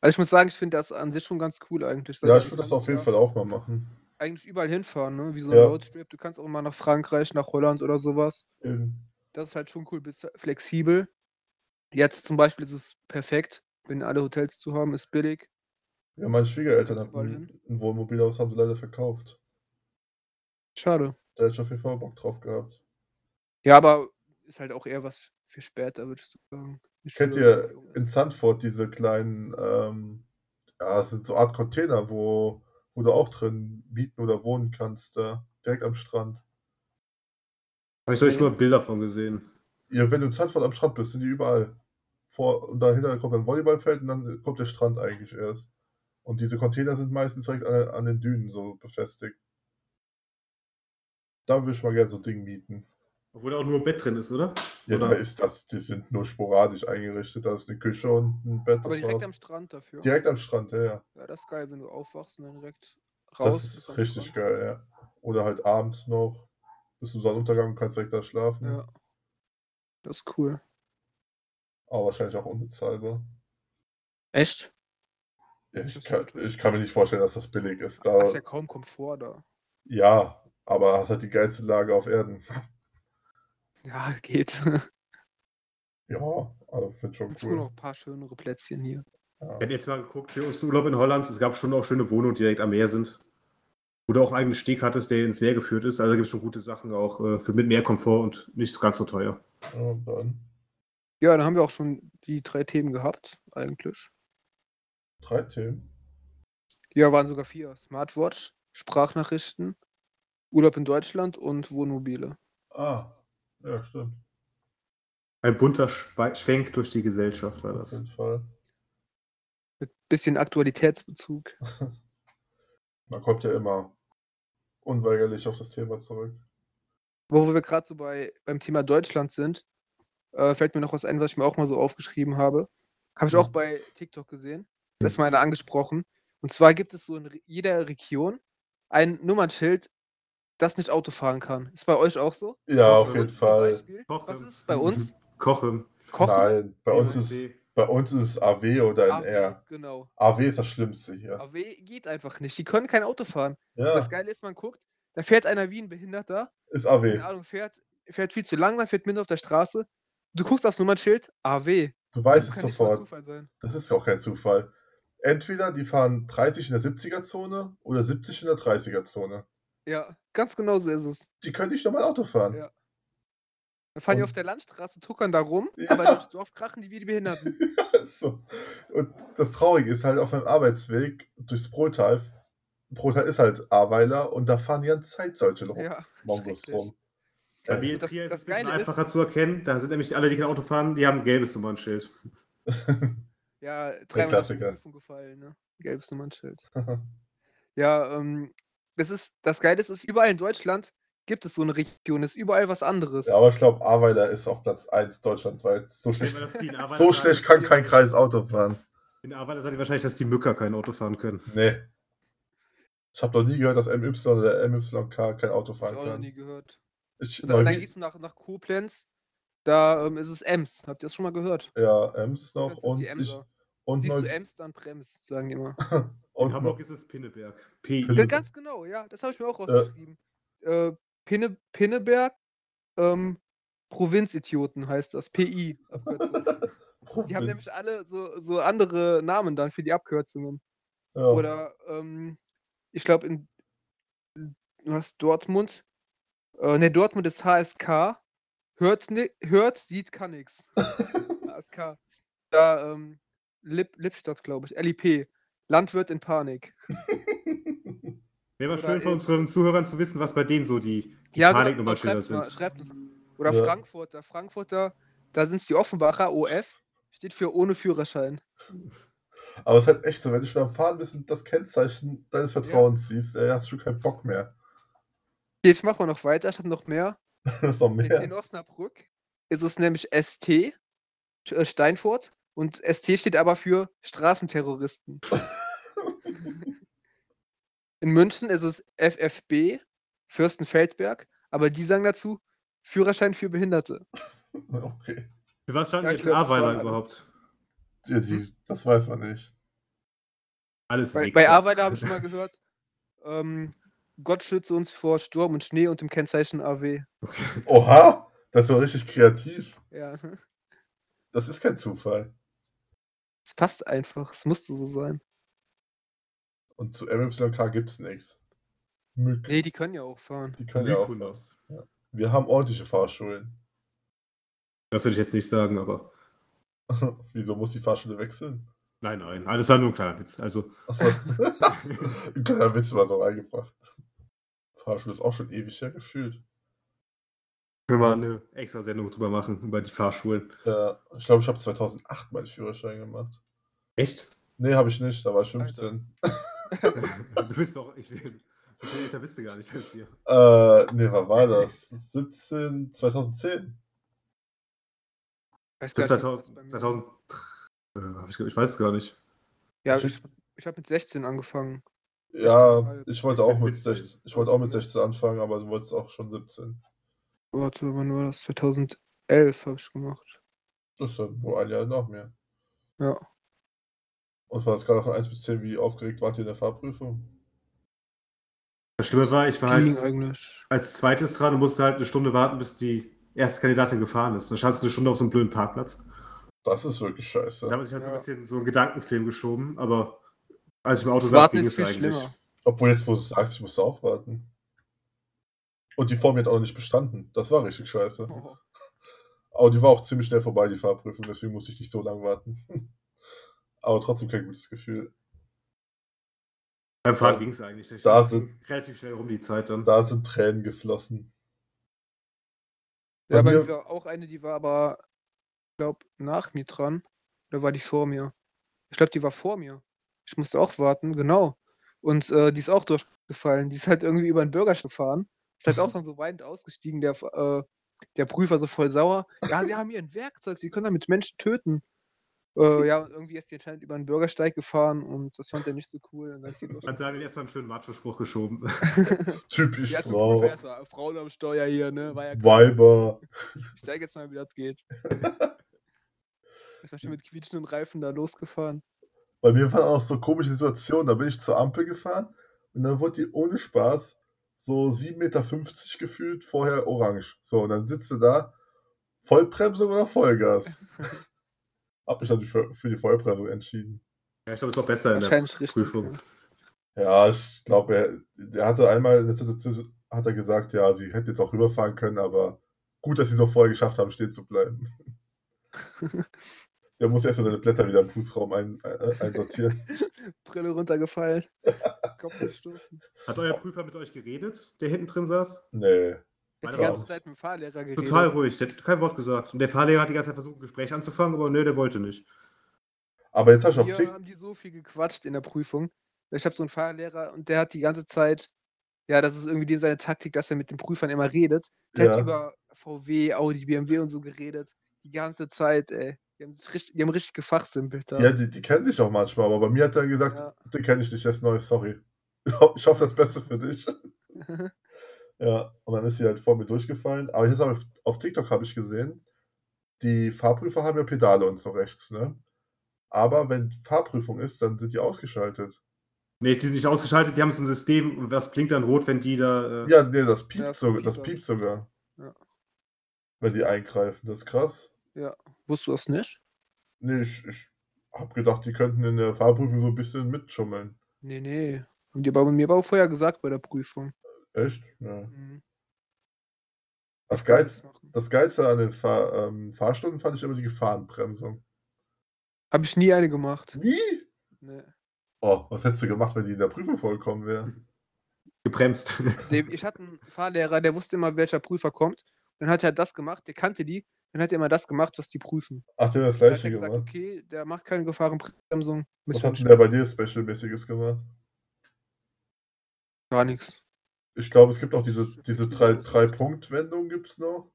B: Also ich muss sagen, ich finde das an sich schon ganz cool eigentlich. weil
A: Ja,
B: man
A: ich würde das
B: kann
A: auf jeden
B: ja
A: Fall auch mal machen.
B: Eigentlich überall hinfahren, ne? Wie so ein
A: Ja.
B: Roadtrip. Du kannst auch mal nach Frankreich, nach Holland oder sowas.
A: Eben.
B: Das ist halt schon cool, bist flexibel. Jetzt zum Beispiel ist es perfekt, wenn alle Hotels zu haben, ist billig.
A: Ja, meine Schwiegereltern
B: Kannst du überall
A: hatten ein Wohnmobil, aber das haben sie leider verkauft.
B: Schade.
A: Da hätte ich auf jeden Fall Bock drauf gehabt.
B: Ja, aber ist halt auch eher was für später, würdest du sagen. Nicht
A: Kennt
B: für-
A: ihr in Sandford diese kleinen, ähm, ja, das sind so Art Container, wo, wo du auch drin mieten oder wohnen kannst, da, direkt am Strand.
C: Habe ich euch nur Bilder von gesehen.
A: Ja, wenn du in Sandford am Strand bist, sind die überall. Vor, und dahinter kommt ein Volleyballfeld und dann kommt der Strand eigentlich erst. Und diese Container sind meistens direkt an, an den Dünen so befestigt. Da würde ich mal gerne so ein Ding mieten.
C: Obwohl da auch nur ein Bett drin ist, oder?
A: Ja,
C: oder?
A: da ist das, die sind nur sporadisch eingerichtet. Da ist eine Küche und ein Bett.
B: Aber
A: das
B: direkt
A: war's.
B: am Strand dafür.
A: direkt am Strand, ja, ja.
B: Ja, das ist geil, wenn du aufwachst und dann direkt raus.
A: Das ist
B: am
A: richtig
B: Strand.
A: geil, ja. Oder halt abends noch bis zum Sonnenuntergang und kannst direkt da schlafen.
B: Ja. Das ist cool.
A: Aber wahrscheinlich auch unbezahlbar.
B: Echt?
A: Ja,
B: Das
A: ich,
B: ist
A: kann,
B: natürlich-
A: ich kann mir nicht vorstellen, dass das billig ist.
B: Da ist
A: Da,
B: ja kaum Komfort da.
A: ja, aber hast halt die geilste Lage auf Erden.
B: Ja, geht.
A: Ja, also finde schon
B: Gibt's wohl noch
A: cool.
B: ein paar schönere Plätzchen hier.
A: Ja.
C: Ich hätte jetzt mal geguckt für unseren Urlaub in Holland. Es gab schon auch schöne Wohnungen, die direkt am Meer sind. Wo du auch einen eigenen Steg hattest, der ins Meer geführt ist. Also da gibt es schon gute Sachen auch äh, für mit mehr Komfort und nicht ganz so teuer.
A: Ja, dann
B: Ja, dann haben wir auch schon die drei Themen gehabt, eigentlich.
A: drei Themen.
B: Ja, waren sogar vier. Smartwatch, Sprachnachrichten, Urlaub in Deutschland und Wohnmobile.
A: Ah, ja, stimmt.
C: Ein bunter Schwe- Schwenk durch die Gesellschaft war
A: Auf
C: das.
A: jeden Fall.
B: Mit bisschen Aktualitätsbezug.
A: Man kommt ja immer unweigerlich auf das Thema zurück.
B: Wo wir gerade so bei, beim Thema Deutschland sind, äh, fällt mir noch was ein, was ich mir auch mal so aufgeschrieben habe. Habe ich auch bei TikTok gesehen. Das ist mal einer angesprochen. Und zwar gibt es so in re- jeder Region ein Nummernschild, das nicht Auto fahren kann. Ist bei euch auch so?
A: Ja,
C: Kochen.
A: auf jeden
B: Zum
A: Fall.
B: Beispiel,
C: Kochen.
B: Was ist bei uns?
C: Kochen.
B: Kochen.
A: Nein, bei uns ist bei uns ist es AW oder ein R.
B: Genau.
A: AW ist das Schlimmste hier.
B: AW geht einfach nicht. Die können kein Auto fahren.
A: Ja,
B: Das Geile ist, man guckt, da fährt einer wie ein Behinderter,
A: ist
B: keine
A: AW.
B: Ahnung, fährt, fährt viel zu langsam, fährt mitten auf der Straße. Du guckst aufs Nummernschild, AW.
A: Du
B: Das
A: weißt es
B: kann nicht mal
A: sofort.
B: Zufall sein.
A: Das ist auch kein Zufall. Entweder die fahren 30 in der 70er-Zone oder 70 in der 30er-Zone.
B: Ja, ganz genau so ist es.
A: Die können nicht normal Auto fahren.
B: Ja. Da fahren die
A: Und-
B: auf der Landstraße, tuckern da rum,
A: Ja.
B: aber durchs Dorf krachen die wie die Behinderten.
A: so. Und das Traurige ist halt, auf meinem Arbeitsweg durchs Protal, Protal ist halt Ahrweiler und da fahren die ganze Zeit solche Lo-
B: ja,
A: Mongos
B: schrecklich.
A: rum.
C: Bei mir in
B: Äh, Das-
C: Trier ist
B: das
C: es ein bisschen
B: Geile ist-
C: einfacher zu erkennen. Da sind nämlich alle, die kein Auto fahren, die haben ein gelbes Nummernschild.
B: Ja, dreimal ist die
A: Klassiker.
B: Prüfung gefallen, ne? Gelbes Nummernschild. Ja, ähm, das ist, das Geile ist, ist, überall in Deutschland gibt es so eine Region, ist überall was anderes.
A: ja, aber ich glaube, Ahrweiler ist auf Platz 1 deutschlandweit. So
C: Wenn man
A: schlecht,
C: das die in Arbeiter
A: so
C: sagen,
A: schlecht kann kein Kreis Auto fahren.
C: In Arbeiter sagt ihr wahrscheinlich, dass die Mücker kein Auto fahren können.
A: Nee. Ich habe noch nie gehört, dass MY oder MYK kein Auto
B: Hab ich
A: fahren
B: auch noch nie
A: kann.
B: gehört.
A: Ich,
B: Und dann, dann
A: Neuwied-
B: gehst du nach, nach Koblenz, da ähm, ist es Ems. Habt ihr das schon mal gehört?
A: ja, Ems noch
B: Das ist
A: und
B: die
A: ich,
B: Emser.
A: und,
B: Siehst du
A: Neu,
B: Ems, dann Brems, sagen die immer.
A: und
C: In Hamburg ist es Pinneberg. P.
A: Pinneberg.
B: Ja, ganz genau, ja, das habe ich mir auch rausgeschrieben. Äh, Pinne, Pinneberg, ähm, Provinzidioten heißt das, PI. Abkürzung.
A: Provinz.
B: Die haben nämlich alle so, so andere Namen dann für die Abkürzungen.
A: ja.
B: Oder ähm, ich glaube in was, Dortmund Äh, ne, Dortmund ist HSK. Hört, ni- hört sieht, kann nix. HSK. Da, ähm, Lip, Lipstadt, glaube ich. LIP. Landwirt in Panik.
C: Wäre mal
B: Oder
C: schön von
B: in-
C: unseren Zuhörern zu wissen, was bei denen so die, die
B: Ja, genau,
C: Paniknummernschilder
B: schreibt's mal,
C: sind.
B: schreibt uns. Oder
A: Ja.
B: Frankfurter. Frankfurter, da sind es die Offenbacher, OF. Steht für ohne Führerschein.
A: Aber es ist halt echt so, wenn du schon am Fahren bist und das Kennzeichen deines Vertrauens siehst, ey, hast du schon keinen Bock mehr.
B: Hier, ich mache mal noch weiter. Ich habe noch mehr.
A: Das ist doch
B: In
A: mehr.
B: Osnabrück ist es nämlich ST, äh, Steinfurt. Und ST steht aber für Straßenterroristen. In München ist es FFB, Fürstenfeldberg. Aber die sagen dazu Führerschein für Behinderte.
A: Okay.
C: Für was standen
B: Ja,
C: jetzt
B: klar,
C: Ahrweiler
B: schon,
C: überhaupt?
A: Die, die, das weiß man nicht.
C: Alles
B: Bei,
C: Wichser.
B: bei Arbeiter habe ich schon mal gehört, ähm, Gott schütze uns vor Sturm und Schnee und dem Kennzeichen AW.
A: Oha, das ist doch richtig kreativ.
B: Ja,
A: Das ist kein Zufall.
B: es passt einfach. Es musste so sein.
A: Und zu MYK gibt es nichts. Mück.
B: Nee, die können ja auch fahren.
A: Die können ja auch.
C: Mykonos.
A: Wir haben ordentliche Fahrschulen.
C: Das würde ich jetzt nicht sagen, aber.
A: Wieso muss die Fahrschule wechseln?
C: Nein, nein. Alles war nur ein kleiner Witz. Also,
A: Achso. Ein kleiner Witz war so reingebracht. Fahrschule ist auch schon ewig her gefühlt.
C: können wir eine extra Sendung drüber machen, über die Fahrschulen.
A: Ja, ich glaube, ich habe 2008 meinen Führerschein gemacht.
C: Echt?
A: Nee, habe ich nicht, da war ich
B: Alter.
A: 15.
C: du bist doch. Ich will. So viel älter bist du gar nicht als wir.
A: Äh, nee, wann war das? 17, 2010.
B: Ich weiß
C: Bis
B: gar nicht, was
C: 2000.
B: bei mir-
C: 2000 äh, hab ich, ge- ich weiß es gar nicht.
B: Ja, ich, ich habe mit 16 angefangen.
A: Ja, ich wollte
C: Ich
A: auch
C: bin
A: mit
C: 17.
A: 16, ich wollte auch mit 16 anfangen, aber du wolltest auch schon 17.
B: Warte, wann war das? 2011 habe ich gemacht.
A: Das ist dann nur ein Jahr nach mir.
B: Ja.
A: Und war es gerade von 1 bis 10, wie aufgeregt wart ihr in der Fahrprüfung?
C: Das Schlimme war, ich war
B: Ging
C: halt
B: eigentlich.
C: als zweites dran und musste halt eine Stunde warten, bis die erste Kandidatin gefahren ist. Dann standst du eine Stunde auf so einem blöden Parkplatz.
A: Das ist wirklich
C: Da
A: scheiße.
C: habe ich halt so ein
B: Ja.
C: bisschen so einen Gedankenfilm geschoben, aber als ich im Auto
B: Das
C: saß,
B: Warten
C: ging
B: ist
C: es
B: viel
C: eigentlich.
B: schlimmer.
A: Obwohl jetzt, wo du es sagst, ich musste auch warten. Und die Form hat auch noch nicht bestanden. Das war richtig scheiße.
B: Oh.
A: Aber die war auch ziemlich schnell vorbei, die Fahrprüfung, deswegen musste ich nicht so lange warten. Aber trotzdem kein gutes Gefühl.
C: Beim Fahren ging es eigentlich. Ich-
A: Da
C: es
A: sind-
C: ging relativ schnell rum die Zeit dann.
A: Da sind Tränen geflossen. Bei
B: Ja, bei
A: mir-
B: mir war auch eine, die war aber, ich glaube, nach mir dran. Oder war die vor mir? Ich glaube, die war vor mir. Ich musste auch warten, genau. Und äh, die ist auch durchgefallen. Die ist halt irgendwie über den Bürgersteig gefahren. Ist halt auch dann so weinend ausgestiegen, der, äh, der Prüfer so voll sauer. Ja, sie haben hier ein Werkzeug, sie können damit Menschen töten. Äh, ja, und irgendwie ist die anscheinend über den Bürgersteig gefahren und das fand er nicht so cool. Und dann ist die durch-
C: Hat Daniel erstmal einen schönen Macho-Spruch geschoben.
A: Typisch
B: Ja, zum
A: Frau.
B: Prüfer erstmal, Frauen am Steuer hier, ne? War ja klar.
A: Weiber.
B: Ich zeig jetzt mal, wie das geht. Ist schon mit quietschenden Reifen da losgefahren.
A: Bei mir waren auch so komische Situationen. Da bin ich zur Ampel gefahren und dann wurde die ohne Spaß so 7,50 Meter gefühlt, vorher orange. So, und dann sitzt du da, Vollbremsung oder Vollgas? Hab mich dann für, für die Vollbremsung entschieden.
C: ja, ich glaube, es war besser in der
B: Wahrscheinlich richtig.
C: Prüfung.
B: ja.
A: Ja, ich glaube, er, er hatte einmal in der Situation hat er gesagt, ja, sie hätten jetzt auch rüberfahren können, aber gut, dass sie es noch vorher geschafft haben, stehen zu bleiben. der muss erstmal seine Blätter wieder im Fußraum ein, äh, einsortieren.
B: Brille runtergefallen. Kopf gestoßen.
C: Hat euer Prüfer mit euch geredet, der hinten drin saß?
A: Nee.
B: Ich hab
C: Meiner
B: die
C: war
B: ganze
A: auch.
B: Zeit mit dem Fahrlehrer geredet.
C: Total ruhig, der hat kein Wort gesagt. Und der Fahrlehrer hat die ganze Zeit versucht, ein Gespräch anzufangen, aber nö, der wollte nicht.
A: Aber jetzt hast du auf
B: Wir
A: TikTok.
B: haben die so viel gequatscht in der Prüfung. Ich habe so einen Fahrlehrer und der hat die ganze Zeit, ja, das ist irgendwie dem seine Taktik, dass er mit den Prüfern immer redet. Der hat
A: Ja.
B: über VW, Audi, BMW und so geredet. Die ganze Zeit, ey. Die haben, sich richtig, die haben richtig gefachsimpelt da.
A: Ja, die, die kennen sich doch manchmal, aber bei mir hat er gesagt,
B: Ja.
A: den kenne ich nicht, der ist neu, sorry. Ich hoffe, ich hoffe das Beste für dich. Ja, und dann ist sie halt vor mir durchgefallen. Aber jetzt auf, auf TikTok habe ich gesehen, die Fahrprüfer haben ja Pedale und so rechts, ne? Aber wenn Fahrprüfung ist, dann sind die ausgeschaltet.
C: Nee, die sind nicht ausgeschaltet, die haben so ein System und was blinkt dann rot, wenn die da. Äh,
A: Ja, nee, das piept,
B: Ja, das
A: sogar,
B: piept
A: das
B: dann.
A: piept sogar.
B: Ja.
A: Wenn die eingreifen, das ist krass.
B: Wusstest du das nicht?
A: Nee, ich, ich habe gedacht, die könnten in der Fahrprüfung so ein bisschen mitschummeln.
B: Nee, nee. Haben die aber mir aber vorher gesagt bei der Prüfung.
A: Echt? Ja.
B: Mhm.
A: Das Geilste, das Geilste an den Fahr ähm, Fahrstunden fand ich immer die Gefahrenbremsung.
B: Habe ich nie eine gemacht.
A: Nie?
B: Nee.
A: Oh, was hättest du gemacht, wenn die in der Prüfung vollkommen wäre?
C: Gebremst.
B: Nee, Ich hatte einen Fahrlehrer, der wusste immer, welcher Prüfer kommt. Dann hat er das gemacht, der kannte die, dann hat er immer das gemacht, was die prüfen.
A: Ach, der hat das
B: Dann hat
A: gleiche
B: er gesagt,
A: gemacht.
B: okay, der macht keine Gefahrenbremsung. Mit
A: Was hat denn der bei dir Special-mäßiges gemacht?
B: gar nichts.
A: Ich glaube, es gibt auch diese, diese drei, drei Punkt-Wendung gibt es noch.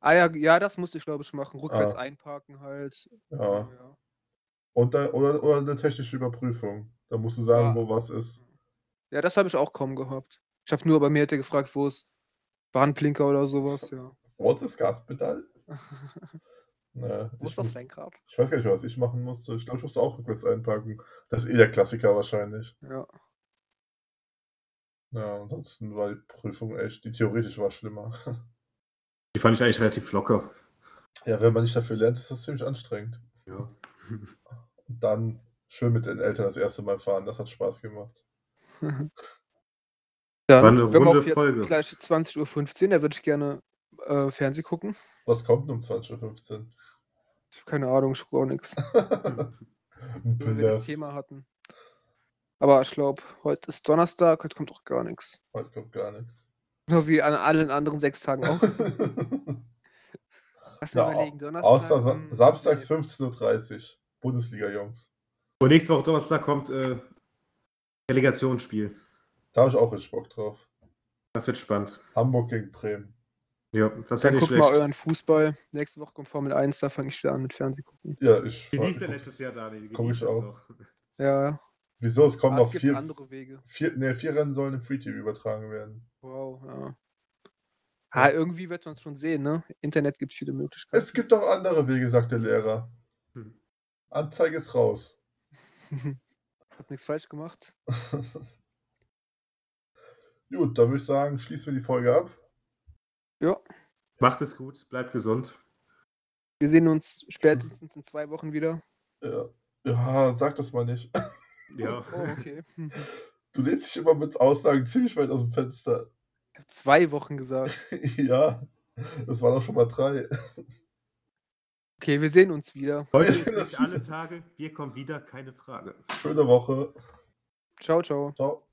B: Ah ja, ja, das musste ich glaube ich machen. Rückwärts
A: Ah.
B: einparken halt.
A: Ja. Und da, oder, oder eine technische Überprüfung. Da musst du
B: Ja.
A: sagen, wo was ist.
B: Ja, das habe ich auch kaum gehabt. Ich habe nur bei mir hätte gefragt, wo es Warnblinker oder sowas, ja.
A: Wo ist das Gaspedal? Na,
B: Wo
A: ich,
B: ist das Lenkrad?
A: ich weiß gar nicht, was ich machen musste. Ich glaube, ich musste auch rückwärts einpacken. Das ist eh der Klassiker wahrscheinlich.
B: Ja.
A: Ja, ansonsten war die Prüfung echt, die theoretisch war schlimmer.
C: Die fand ich eigentlich relativ locker.
A: Ja, wenn man nicht dafür lernt, ist das ziemlich anstrengend.
C: Ja.
A: Und dann schön mit den Eltern das erste Mal fahren, das hat Spaß gemacht.
B: Dann,
C: War eine
B: wir haben auch
C: runde
B: jetzt
C: Folge.
B: Gleich 20.15 Uhr, da würde ich gerne äh, Fernseh gucken.
A: Was kommt denn um 20.15 Uhr?
B: Ich hab keine Ahnung, ich gucke auch nichts.
A: Ein
B: Weil wir das
A: Bluff.
B: Thema hatten. Aber ich glaube, heute ist Donnerstag, heute kommt auch gar nichts.
A: Heute kommt gar nichts.
B: Nur wie an allen anderen sechs Tagen auch. Lass
A: Na,
B: mal überlegen, Donnerstag.
A: Außer Sa
B: hm,
A: samstags
B: nee.
A: 15.30 Uhr. Bundesliga-Jungs.
C: Und nächste Woche Donnerstag kommt äh, Relegationsspiel.
A: Da habe ich auch richtig Bock drauf.
C: Das wird spannend.
A: Hamburg gegen Bremen.
C: Ja, das
B: Dann
C: wäre nicht
B: guckt mal
C: schlecht.
B: euren Fußball. Nächste Woche kommt Formel 1, da fange ich wieder an mit Fernseh gucken.
A: Ja, ich.
C: Genießt
A: ich-
C: er letztes Jahr, Daniel.
A: Komm ich
C: Genießt es
A: auch.
C: noch.
B: Ja,
A: Wieso? Es kommen
B: ah,
A: noch
B: es gibt
A: vier,
B: andere Wege.
A: vier, nee, vier Rennen sollen im Free TV übertragen werden.
B: Wow, ja. Ah, irgendwie wird man es schon sehen, ne? Internet gibt viele Möglichkeiten.
A: Es gibt auch andere Wege, sagt der Lehrer.
C: Hm.
A: Anzeige ist raus.
B: Ich hab nichts falsch gemacht.
A: Gut, dann würde ich sagen, schließen wir die Folge ab.
C: Macht es gut, bleibt gesund.
B: Wir sehen uns spätestens in zwei Wochen wieder.
A: Ja, ja sag das mal nicht.
C: Ja.
B: Oh, okay.
A: Du lehnst dich immer mit Aussagen ziemlich weit aus dem Fenster.
B: Ich hab zwei Wochen gesagt.
A: ja, das waren auch schon mal drei.
B: Okay, wir sehen uns wieder.
C: Heute ist nicht
A: Das-
C: alle Tage. Wir kommen wieder, keine Frage.
A: Schöne Woche.
B: Ciao, ciao.
A: Ciao.